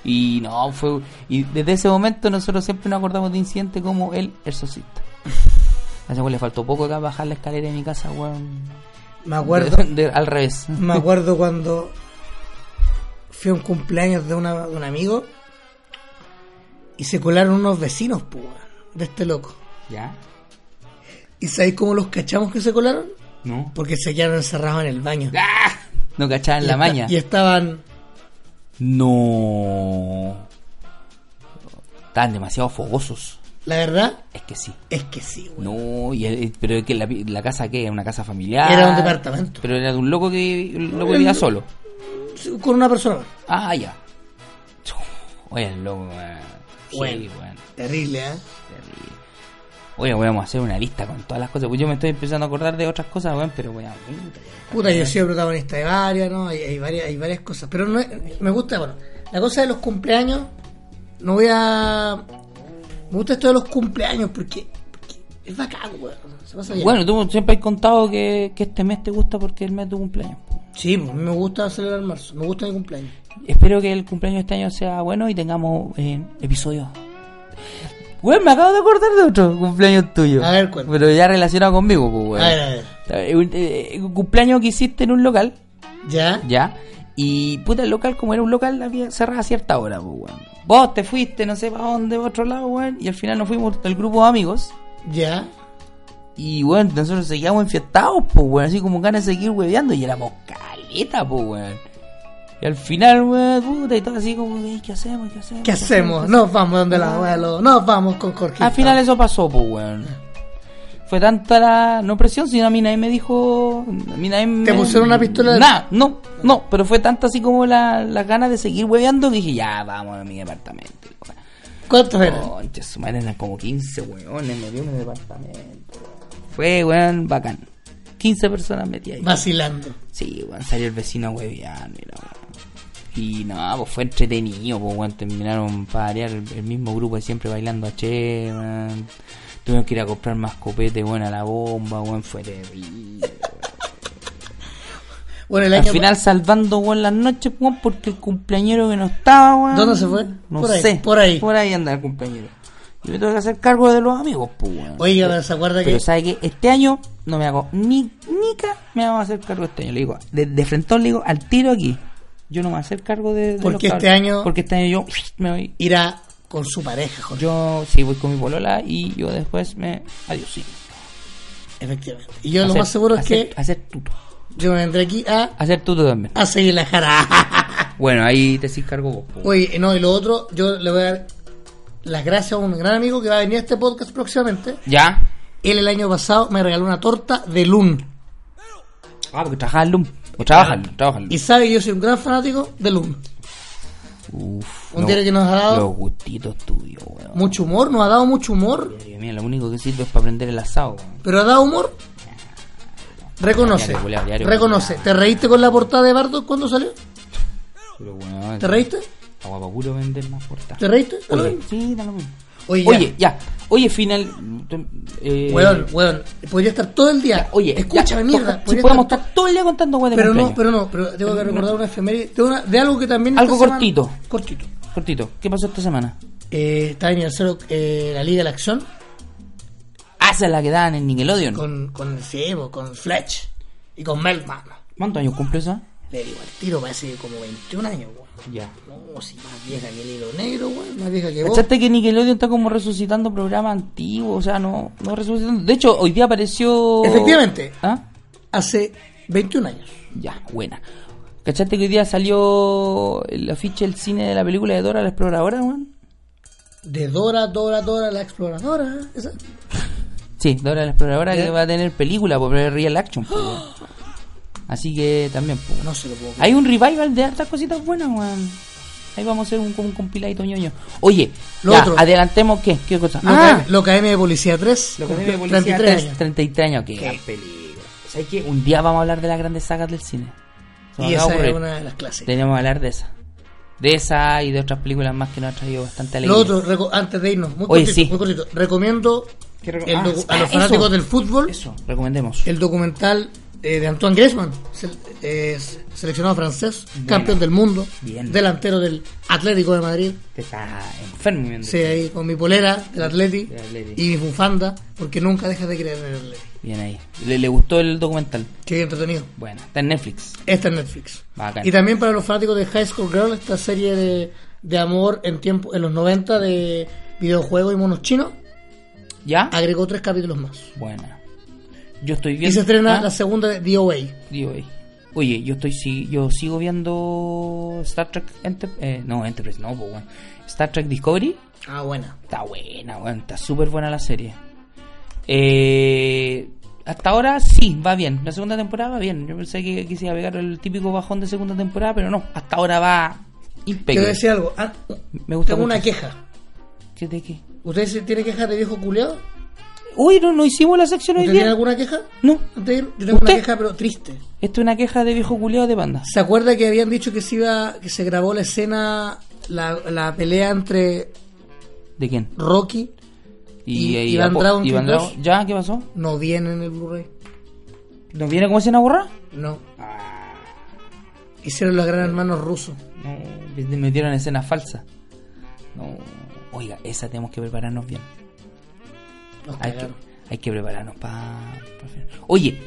Speaker 3: Y no, fue. Y desde ese momento nosotros siempre nos acordamos de incidentes como el
Speaker 2: [LAUGHS]
Speaker 3: exorcista. A ese weón le faltó poco acá bajar la escalera de mi casa, weón.
Speaker 2: Me acuerdo.
Speaker 3: [LAUGHS] De- de- al revés.
Speaker 2: Me acuerdo cuando fui a un cumpleaños de, una- de un amigo y se colaron unos vecinos, pues, weón, de este loco.
Speaker 3: ¿Ya?
Speaker 2: ¿Y sabéis cómo los cachamos que se colaron?
Speaker 3: No. ¡Ah!
Speaker 2: Porque se quedaron encerrados en el baño.
Speaker 3: No cachaban
Speaker 2: Y
Speaker 3: la
Speaker 2: esta-
Speaker 3: maña.
Speaker 2: Y estaban.
Speaker 3: No. Estaban demasiado fogosos.
Speaker 2: La verdad
Speaker 3: Es que sí.
Speaker 2: es que sí, weón.
Speaker 3: No, y el- pero es que la, la casa que era una casa familiar.
Speaker 2: Era un departamento.
Speaker 3: Pero era de un loco que un loco vivía solo.
Speaker 2: Con una persona. más.
Speaker 3: Ah, ya. Oye, el loco. weón. Sí,
Speaker 2: Bueno.
Speaker 3: weón,
Speaker 2: Terrible, ¿eh?
Speaker 3: terrible. Oye, weón, vamos a hacer una lista con todas las cosas. Pues yo me estoy empezando a acordar de otras cosas, weón, pero weón. puta.
Speaker 2: Puta, yo he sido protagonista de varias, ¿no? Hay, hay varias, hay varias cosas. Pero no es- me gusta, bueno, la cosa de los cumpleaños, no voy a... Me gusta esto de los cumpleaños porque, porque es bacán, weón. Se pasa bien.
Speaker 3: Bueno, tú siempre has contado que, que este mes te gusta porque es el mes de tu cumpleaños.
Speaker 2: Sí, pues, me gusta celebrar marzo, me gusta mi cumpleaños.
Speaker 3: Espero que el cumpleaños de este año sea bueno y tengamos eh, episodios. Weón, me acabo de acordar de otro cumpleaños tuyo.
Speaker 2: A ver, cuenta.
Speaker 3: Pero ya relacionado conmigo, pues, weón.
Speaker 2: A ver, a ver.
Speaker 3: Eh, un- eh, un cumpleaños que hiciste en un local,
Speaker 2: ¿Ya?
Speaker 3: ya. Y puta, el local, como era un local, había cerrado a cierta hora, pues, weón. Vos te fuiste, no sé para dónde, para otro lado, weón. Y al final nos fuimos el grupo de amigos.
Speaker 2: ¿Ya?
Speaker 3: Y bueno, nosotros seguíamos enfiestados, pues, weón, así como ganas de seguir hueveando y éramos caleta, pues, weón. Y al final, weón, puta, y todo así como, "Ey, ¿qué hacemos? ¿Qué hacemos?
Speaker 2: ¿Qué hacemos?
Speaker 3: ¿Qué
Speaker 2: Nos vamos donde el abuelo, nos vamos con Jorge.
Speaker 3: Al final eso pasó, pues, weón. Fue tanta la, no presión, sino a mí nadie me dijo, a mí nadie me...
Speaker 2: pusieron una pistola de-
Speaker 3: Nah, no, no, pero fue tanta así como la, las ganas de seguir hueveando que dije, ya, vamos a mi departamento. weón.
Speaker 2: ¿Cuántos eran?
Speaker 3: Concha, su madre eran como 15 weones metidos en el departamento. Fue, weón, bacán. 15 personas metidas ahí.
Speaker 2: Vacilando.
Speaker 3: Sí, weón, salió el vecino a huevear, mira, weón. Y no, pues fue entretenido, pues weón, terminaron para variar el, el mismo grupo de siempre bailando a Che, weón. Tuvimos que ir a comprar más copete, weón, a la bomba, weón, fue terrible.
Speaker 2: Bueno, el
Speaker 3: Al
Speaker 2: año...
Speaker 3: final salvando, weón, las noches, weón, porque el cumpleañero que no estaba, weón.
Speaker 2: ¿Dónde se fue?
Speaker 3: No
Speaker 2: Por ahí,
Speaker 3: sé.
Speaker 2: por ahí.
Speaker 3: Por ahí anda el cumpleañero. Y me tengo que hacer cargo de los amigos, pues, weón.
Speaker 2: Oiga, pero se acuerda
Speaker 3: Pero
Speaker 2: que...
Speaker 3: sabe que este año no me hago ni nica, me vamos a hacer cargo este año. Le digo, de, de frentón le digo, al tiro aquí. Yo no me voy a hacer cargo de. de
Speaker 2: Porque
Speaker 3: los
Speaker 2: este
Speaker 3: cabros.
Speaker 2: año-
Speaker 3: Porque este año yo me voy.
Speaker 2: Ir a Con su pareja, Jorge.
Speaker 3: Yo sí voy con mi polola y yo después me. Adiós, sí.
Speaker 2: Efectivamente. Y yo lo
Speaker 3: Hacer-
Speaker 2: más seguro es
Speaker 3: hacer-
Speaker 2: que
Speaker 3: Hacer tuto.
Speaker 2: yo me vendré aquí a,
Speaker 3: Hacer tuto también.
Speaker 2: a seguir la jara. [LAUGHS]
Speaker 3: Bueno, ahí te hacís cargo vos. pues. po.
Speaker 2: Ah. Oye, no, y lo otro, yo le voy a dar las gracias a un gran amigo que va a venir a este podcast próximamente.
Speaker 3: ¿Ya?
Speaker 2: Él el año pasado me regaló una torta de Loon.
Speaker 3: Ah, porque trabajaba en Loom. O trabajan, trabajan.
Speaker 2: Y sabe que yo soy un gran fanático de Loon.
Speaker 3: Uf,
Speaker 2: Un diario que nos ha dado-
Speaker 3: Los gustitos tuyos, weón.
Speaker 2: Mucho humor, nos ha dado mucho humor,
Speaker 3: Dios mío, lo único que sirve es para prender el asado. weón.
Speaker 2: pero ha dado humor. Reconoce,
Speaker 3: Diario, culiao, diario,
Speaker 2: reconoce.
Speaker 3: culiao.
Speaker 2: ¿Te reíste con la portada de Bardo cuando salió?
Speaker 3: Pero, weón,
Speaker 2: ¿Te reíste?
Speaker 3: Agua pa' puro vender más portadas.
Speaker 2: ¿Te reíste?
Speaker 3: Oye, sí, da lo mismo.
Speaker 2: Oye, ya.
Speaker 3: Oye, ya. Oye, final. eh,
Speaker 2: Weón, weón, podría estar todo el día.
Speaker 3: Oye,
Speaker 2: escúchame,
Speaker 3: ya,
Speaker 2: mierda.
Speaker 3: si
Speaker 2: podría
Speaker 3: podemos
Speaker 2: estar-
Speaker 3: estar todo el día contando weón de
Speaker 2: Pero no,
Speaker 3: cumpleaños.
Speaker 2: pero no, pero tengo que recordar una efeméride de, una- de algo que también.
Speaker 3: Algo
Speaker 2: esta semana-
Speaker 3: cortito.
Speaker 2: cortito.
Speaker 3: Cortito, ¿qué pasó esta semana?
Speaker 2: Eh, está en el cero eh, la Liga de la Acción
Speaker 3: Ah, esa es la que dan en Nickelodeon.
Speaker 2: con, con Ciego, con Fletch y con Melman.
Speaker 3: ¿Cuántos años cumple esa?
Speaker 2: Le digo, el tiro parece como 21 años, weón.
Speaker 3: Ya.
Speaker 2: No, si más vieja que el hilo negro, weón, más vieja que vos.
Speaker 3: ¿Cachaste que Nickelodeon está como resucitando programas antiguos? O sea, no, no resucitando. De hecho, hoy día apareció.
Speaker 2: Efectivamente.
Speaker 3: ¿Ah?
Speaker 2: Hace 21 años.
Speaker 3: Ya, buena. ¿Cachaste que hoy día salió el afiche del cine de la película de Dora la exploradora, weón?
Speaker 2: De Dora, Dora, Dora, la exploradora. Esa.
Speaker 3: Sí, Dora la exploradora
Speaker 2: ¿Ya?
Speaker 3: que va a tener película, por real action, po, weón. Así que también, po,
Speaker 2: No se lo puedo creer.
Speaker 3: Hay un revival de hartas cositas buenas, weón. Ahí vamos a hacer un, como un compiladito ñoño. Oye,
Speaker 2: Lo
Speaker 3: ya,
Speaker 2: otro.
Speaker 3: adelantemos qué, qué cosa.
Speaker 2: Lo,
Speaker 3: ah,
Speaker 2: que, lo que AM de Policía 3.
Speaker 3: lo que
Speaker 2: cumple
Speaker 3: tiene Policía
Speaker 2: 33
Speaker 3: tres,
Speaker 2: años.
Speaker 3: 33 años, qué gran peligro. ¿Sabes qué? Un día vamos a hablar de las grandes sagas del cine. Se me
Speaker 2: Y
Speaker 3: acaba de
Speaker 2: esa es
Speaker 3: ocurrir.
Speaker 2: una de las clases.
Speaker 3: Tenemos que hablar de esa. De esa y de otras películas más que nos ha traído bastante alegría.
Speaker 2: Lo otro, reco- antes de irnos, muy
Speaker 3: Oye,
Speaker 2: cortito,
Speaker 3: sí.
Speaker 2: muy cortito. Recomiendo
Speaker 3: ¿Qué reco-
Speaker 2: el
Speaker 3: Ah,
Speaker 2: docu- a
Speaker 3: ah,
Speaker 2: los fanáticos
Speaker 3: eso.
Speaker 2: del fútbol
Speaker 3: Eso, recomendemos.
Speaker 2: el documental eh, de Antoine Griezmann, se- eh, se- seleccionado francés, campeón del mundo,
Speaker 3: Bien.
Speaker 2: delantero del Atlético de Madrid.
Speaker 3: Te está enfermo, bien.
Speaker 2: Sí, ahí con mi polera del Atleti
Speaker 3: Del Atleti.
Speaker 2: y mi bufanda, porque nunca dejas de creer en el Atleti.
Speaker 3: Bien ahí. ¿Le, le gustó el documental?
Speaker 2: Qué entretenido.
Speaker 3: Bueno, está en Netflix.
Speaker 2: Esta es Netflix.
Speaker 3: Bacán.
Speaker 2: Y también para los fanáticos de High School Girl, esta serie de, de amor en tiempo en los 90 de videojuegos y monos chinos,
Speaker 3: ¿Ya?
Speaker 2: agregó tres capítulos más.
Speaker 3: Buena. Yo estoy viendo.
Speaker 2: Ah. Y se estrena
Speaker 3: ¿Ah?
Speaker 2: la segunda de DOA.
Speaker 3: Digo, oye, Oye, yo estoy si- yo sigo viendo Star Trek Enter- eh, no, Enterprise no, pues bueno. Star Trek Discovery
Speaker 2: Ah, buena.
Speaker 3: está buena, weón, está súper buena la serie. Eh, hasta ahora sí, va bien. La segunda temporada va bien. Yo pensé que quisiera pegar el típico bajón de segunda temporada, pero no, hasta ahora va
Speaker 2: Quiero
Speaker 3: impecable.
Speaker 2: decir algo. Ah,
Speaker 3: Me gusta
Speaker 2: tengo
Speaker 3: mucho.
Speaker 2: una queja.
Speaker 3: ¿Qué de qué?
Speaker 2: ¿Ustedes se- tienen quejas de viejo culeado?
Speaker 3: Uy, no, no hicimos la sección hoy
Speaker 2: ¿Usted
Speaker 3: día.
Speaker 2: tiene alguna queja?
Speaker 3: No,
Speaker 2: Antes de ir, Yo tengo
Speaker 3: ¿Usted?
Speaker 2: una queja, pero triste.
Speaker 3: esto es una queja de viejo culeado de banda.
Speaker 2: ¿Se acuerda que habían dicho que se iba, que se grabó la escena, la, la pelea entre
Speaker 3: ¿De quién?
Speaker 2: Rocky? Y-
Speaker 3: ahí
Speaker 2: Iván
Speaker 3: Apo-
Speaker 2: Drago,
Speaker 3: Iván
Speaker 2: ¿quién
Speaker 3: Drago.
Speaker 2: es?
Speaker 3: ¿Ya? ¿Qué pasó?
Speaker 2: No viene en el Blu-ray.
Speaker 3: ¿No viene como escena borrada?
Speaker 2: No. Hicieron los gran hermanos rusos.
Speaker 3: No, me metieron escena falsa. No, oiga, esa tenemos que prepararnos bien.
Speaker 2: Nos
Speaker 3: Hay que,
Speaker 2: cagaron.
Speaker 3: hay que prepararnos para. Oye,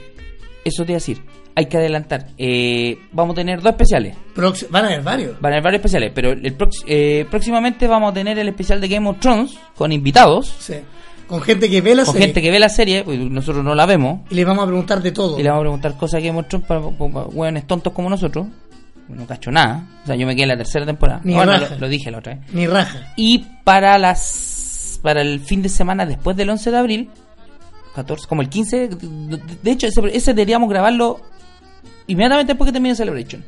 Speaker 3: eso te iba a decir. Hay que adelantar. Eh, vamos a tener dos especiales.
Speaker 2: Proxi- Van a haber varios.
Speaker 3: Van a haber varios especiales, pero el prox- eh, próximamente vamos a tener el especial de Game of Thrones con invitados,
Speaker 2: Sí. Con gente que ve la
Speaker 3: con
Speaker 2: serie.
Speaker 3: gente que ve la serie, porque nosotros no la vemos.
Speaker 2: Y les vamos a preguntar de todo.
Speaker 3: Y le vamos a preguntar cosas de Game of Thrones para, para- para hueones tontos como nosotros. No cacho nada. O sea, yo me quedé en la tercera temporada.
Speaker 2: Ni
Speaker 3: Bueno,
Speaker 2: raja.
Speaker 3: lo, lo dije la otra vez.
Speaker 2: Ni raja.
Speaker 3: Y para las para el fin de semana después del 11 de abril, 14, como el 15, de de hecho ese, ese deberíamos grabarlo inmediatamente después que termine Celebration.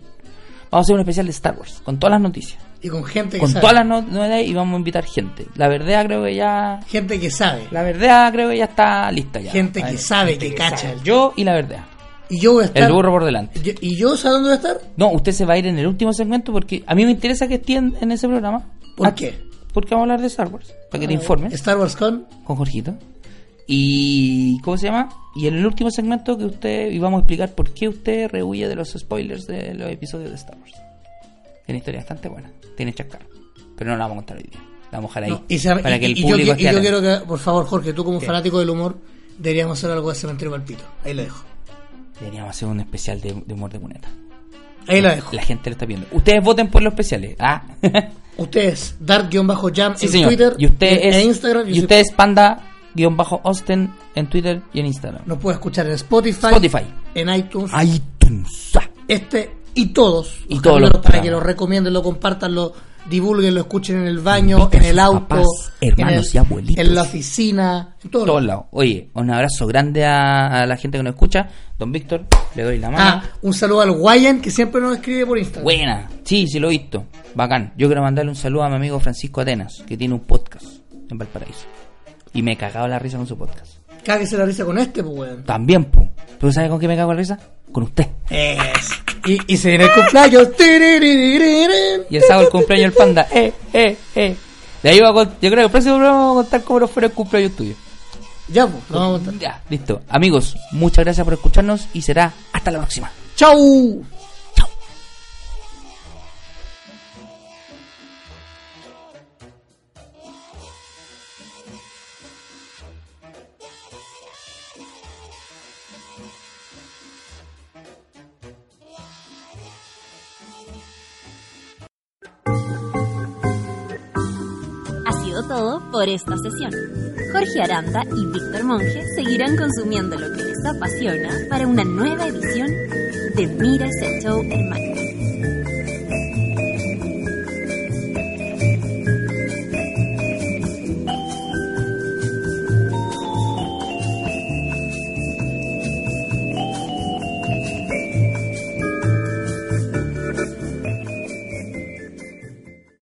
Speaker 3: Vamos a hacer un especial de Star Wars, con todas las noticias.
Speaker 2: Y con gente que
Speaker 3: Con
Speaker 2: sabe.
Speaker 3: todas las no- novedades y vamos a invitar gente. La verdad creo que ya...
Speaker 2: Gente que sabe.
Speaker 3: La verdad creo que ya está lista ya.
Speaker 2: Gente
Speaker 3: A
Speaker 2: que
Speaker 3: ver,
Speaker 2: sabe, que, cacha.
Speaker 3: Yo y la verdad.
Speaker 2: Y yo voy a estar.
Speaker 3: El burro por delante.
Speaker 2: Yo- ¿Y yo sabes dónde voy a estar?
Speaker 3: No, usted se va a ir en el último segmento porque a mí me interesa que esté en, en ese programa.
Speaker 2: ¿Por
Speaker 3: Ah,
Speaker 2: qué? Ah,
Speaker 3: Porque vamos a hablar de Star Wars, para que te informes,
Speaker 2: Star Wars Con.
Speaker 3: con Jorgito. Y. ¿Cómo se llama? Y en el último segmento que usted. Y vamos a explicar por qué usted rehuye de los spoilers de los episodios de Star Wars. Tiene historia bastante buena, tiene chascar. Pero no la vamos a contar hoy día. La vamos a dejar ahí.
Speaker 2: No, y se-
Speaker 3: para
Speaker 2: y-
Speaker 3: que el
Speaker 2: y yo qui-
Speaker 3: público esté
Speaker 2: y yo,
Speaker 3: atento.
Speaker 2: quiero que, por favor, Jorge, tú como fanático del humor, deberíamos hacer algo de Cementerio Palpito. Ahí lo dejo.
Speaker 3: Deberíamos hacer un especial de, de humor de cuneta.
Speaker 2: Ahí lo dejo.
Speaker 3: La gente lo está viendo. Ustedes voten por los especiales. Ah. [LAUGHS]
Speaker 2: Usted es Dark-Jam
Speaker 3: Sí,
Speaker 2: en
Speaker 3: señor.
Speaker 2: Twitter
Speaker 3: y usted
Speaker 2: en,
Speaker 3: es,
Speaker 2: e Instagram.
Speaker 3: Y
Speaker 2: yo
Speaker 3: usted
Speaker 2: soy-
Speaker 3: es Panda-Osten en Twitter y en Instagram.
Speaker 2: Nos puede escuchar en Spotify,
Speaker 3: Spotify.
Speaker 2: en iTunes,
Speaker 3: iTunes. ah.
Speaker 2: este y todos.
Speaker 3: Y
Speaker 2: los
Speaker 3: todos
Speaker 2: canales
Speaker 3: los
Speaker 2: para
Speaker 3: programas.
Speaker 2: que lo recomienden, lo compartan, lo divulguen, lo escuchen en el baño,
Speaker 3: Invite a
Speaker 2: en el
Speaker 3: sus
Speaker 2: auto,
Speaker 3: papás,
Speaker 2: en
Speaker 3: hermanos
Speaker 2: el-
Speaker 3: y abuelitos.
Speaker 2: en la oficina, en todos
Speaker 3: En todos
Speaker 2: lados.
Speaker 3: lados. Oye, un abrazo grande a, a la gente que nos escucha. Don Víctor, le doy la mano.
Speaker 2: Ah, un saludo al Guayan que siempre nos escribe por
Speaker 3: Ah.
Speaker 2: Instagram.
Speaker 3: Buena. Sí, sí lo he visto. Bacán. Yo quiero mandarle un saludo a mi amigo Francisco Atenas, que tiene un podcast en Valparaíso. Y me he cagado la risa con su podcast.
Speaker 2: Cáguese la risa con este, pues, weón.
Speaker 3: También, po. ¿Pero sabe con qué me cago la risa? Con usted.
Speaker 2: Es. Y, y se viene el
Speaker 3: [LAUGHS]
Speaker 2: cumpleaños. Tiririririn.
Speaker 3: Y el sábado el cumpleaños del panda. [LAUGHS] Eh, eh, eh. De ahí va a cont- Yo creo que el próximo programa vamos a contar cómo fue el cumpleaños tuyo.
Speaker 2: Ya, pues, lo vamos a contar.
Speaker 3: Ya, listo. Amigos, muchas gracias por escucharnos y será hasta la próxima.
Speaker 2: ¡Chau!
Speaker 1: Ha sido todo por esta sesión. Jorge Aranda y Víctor Monge seguirán consumiendo lo que les apasiona para una nueva edición de Mira ese show, hermanos.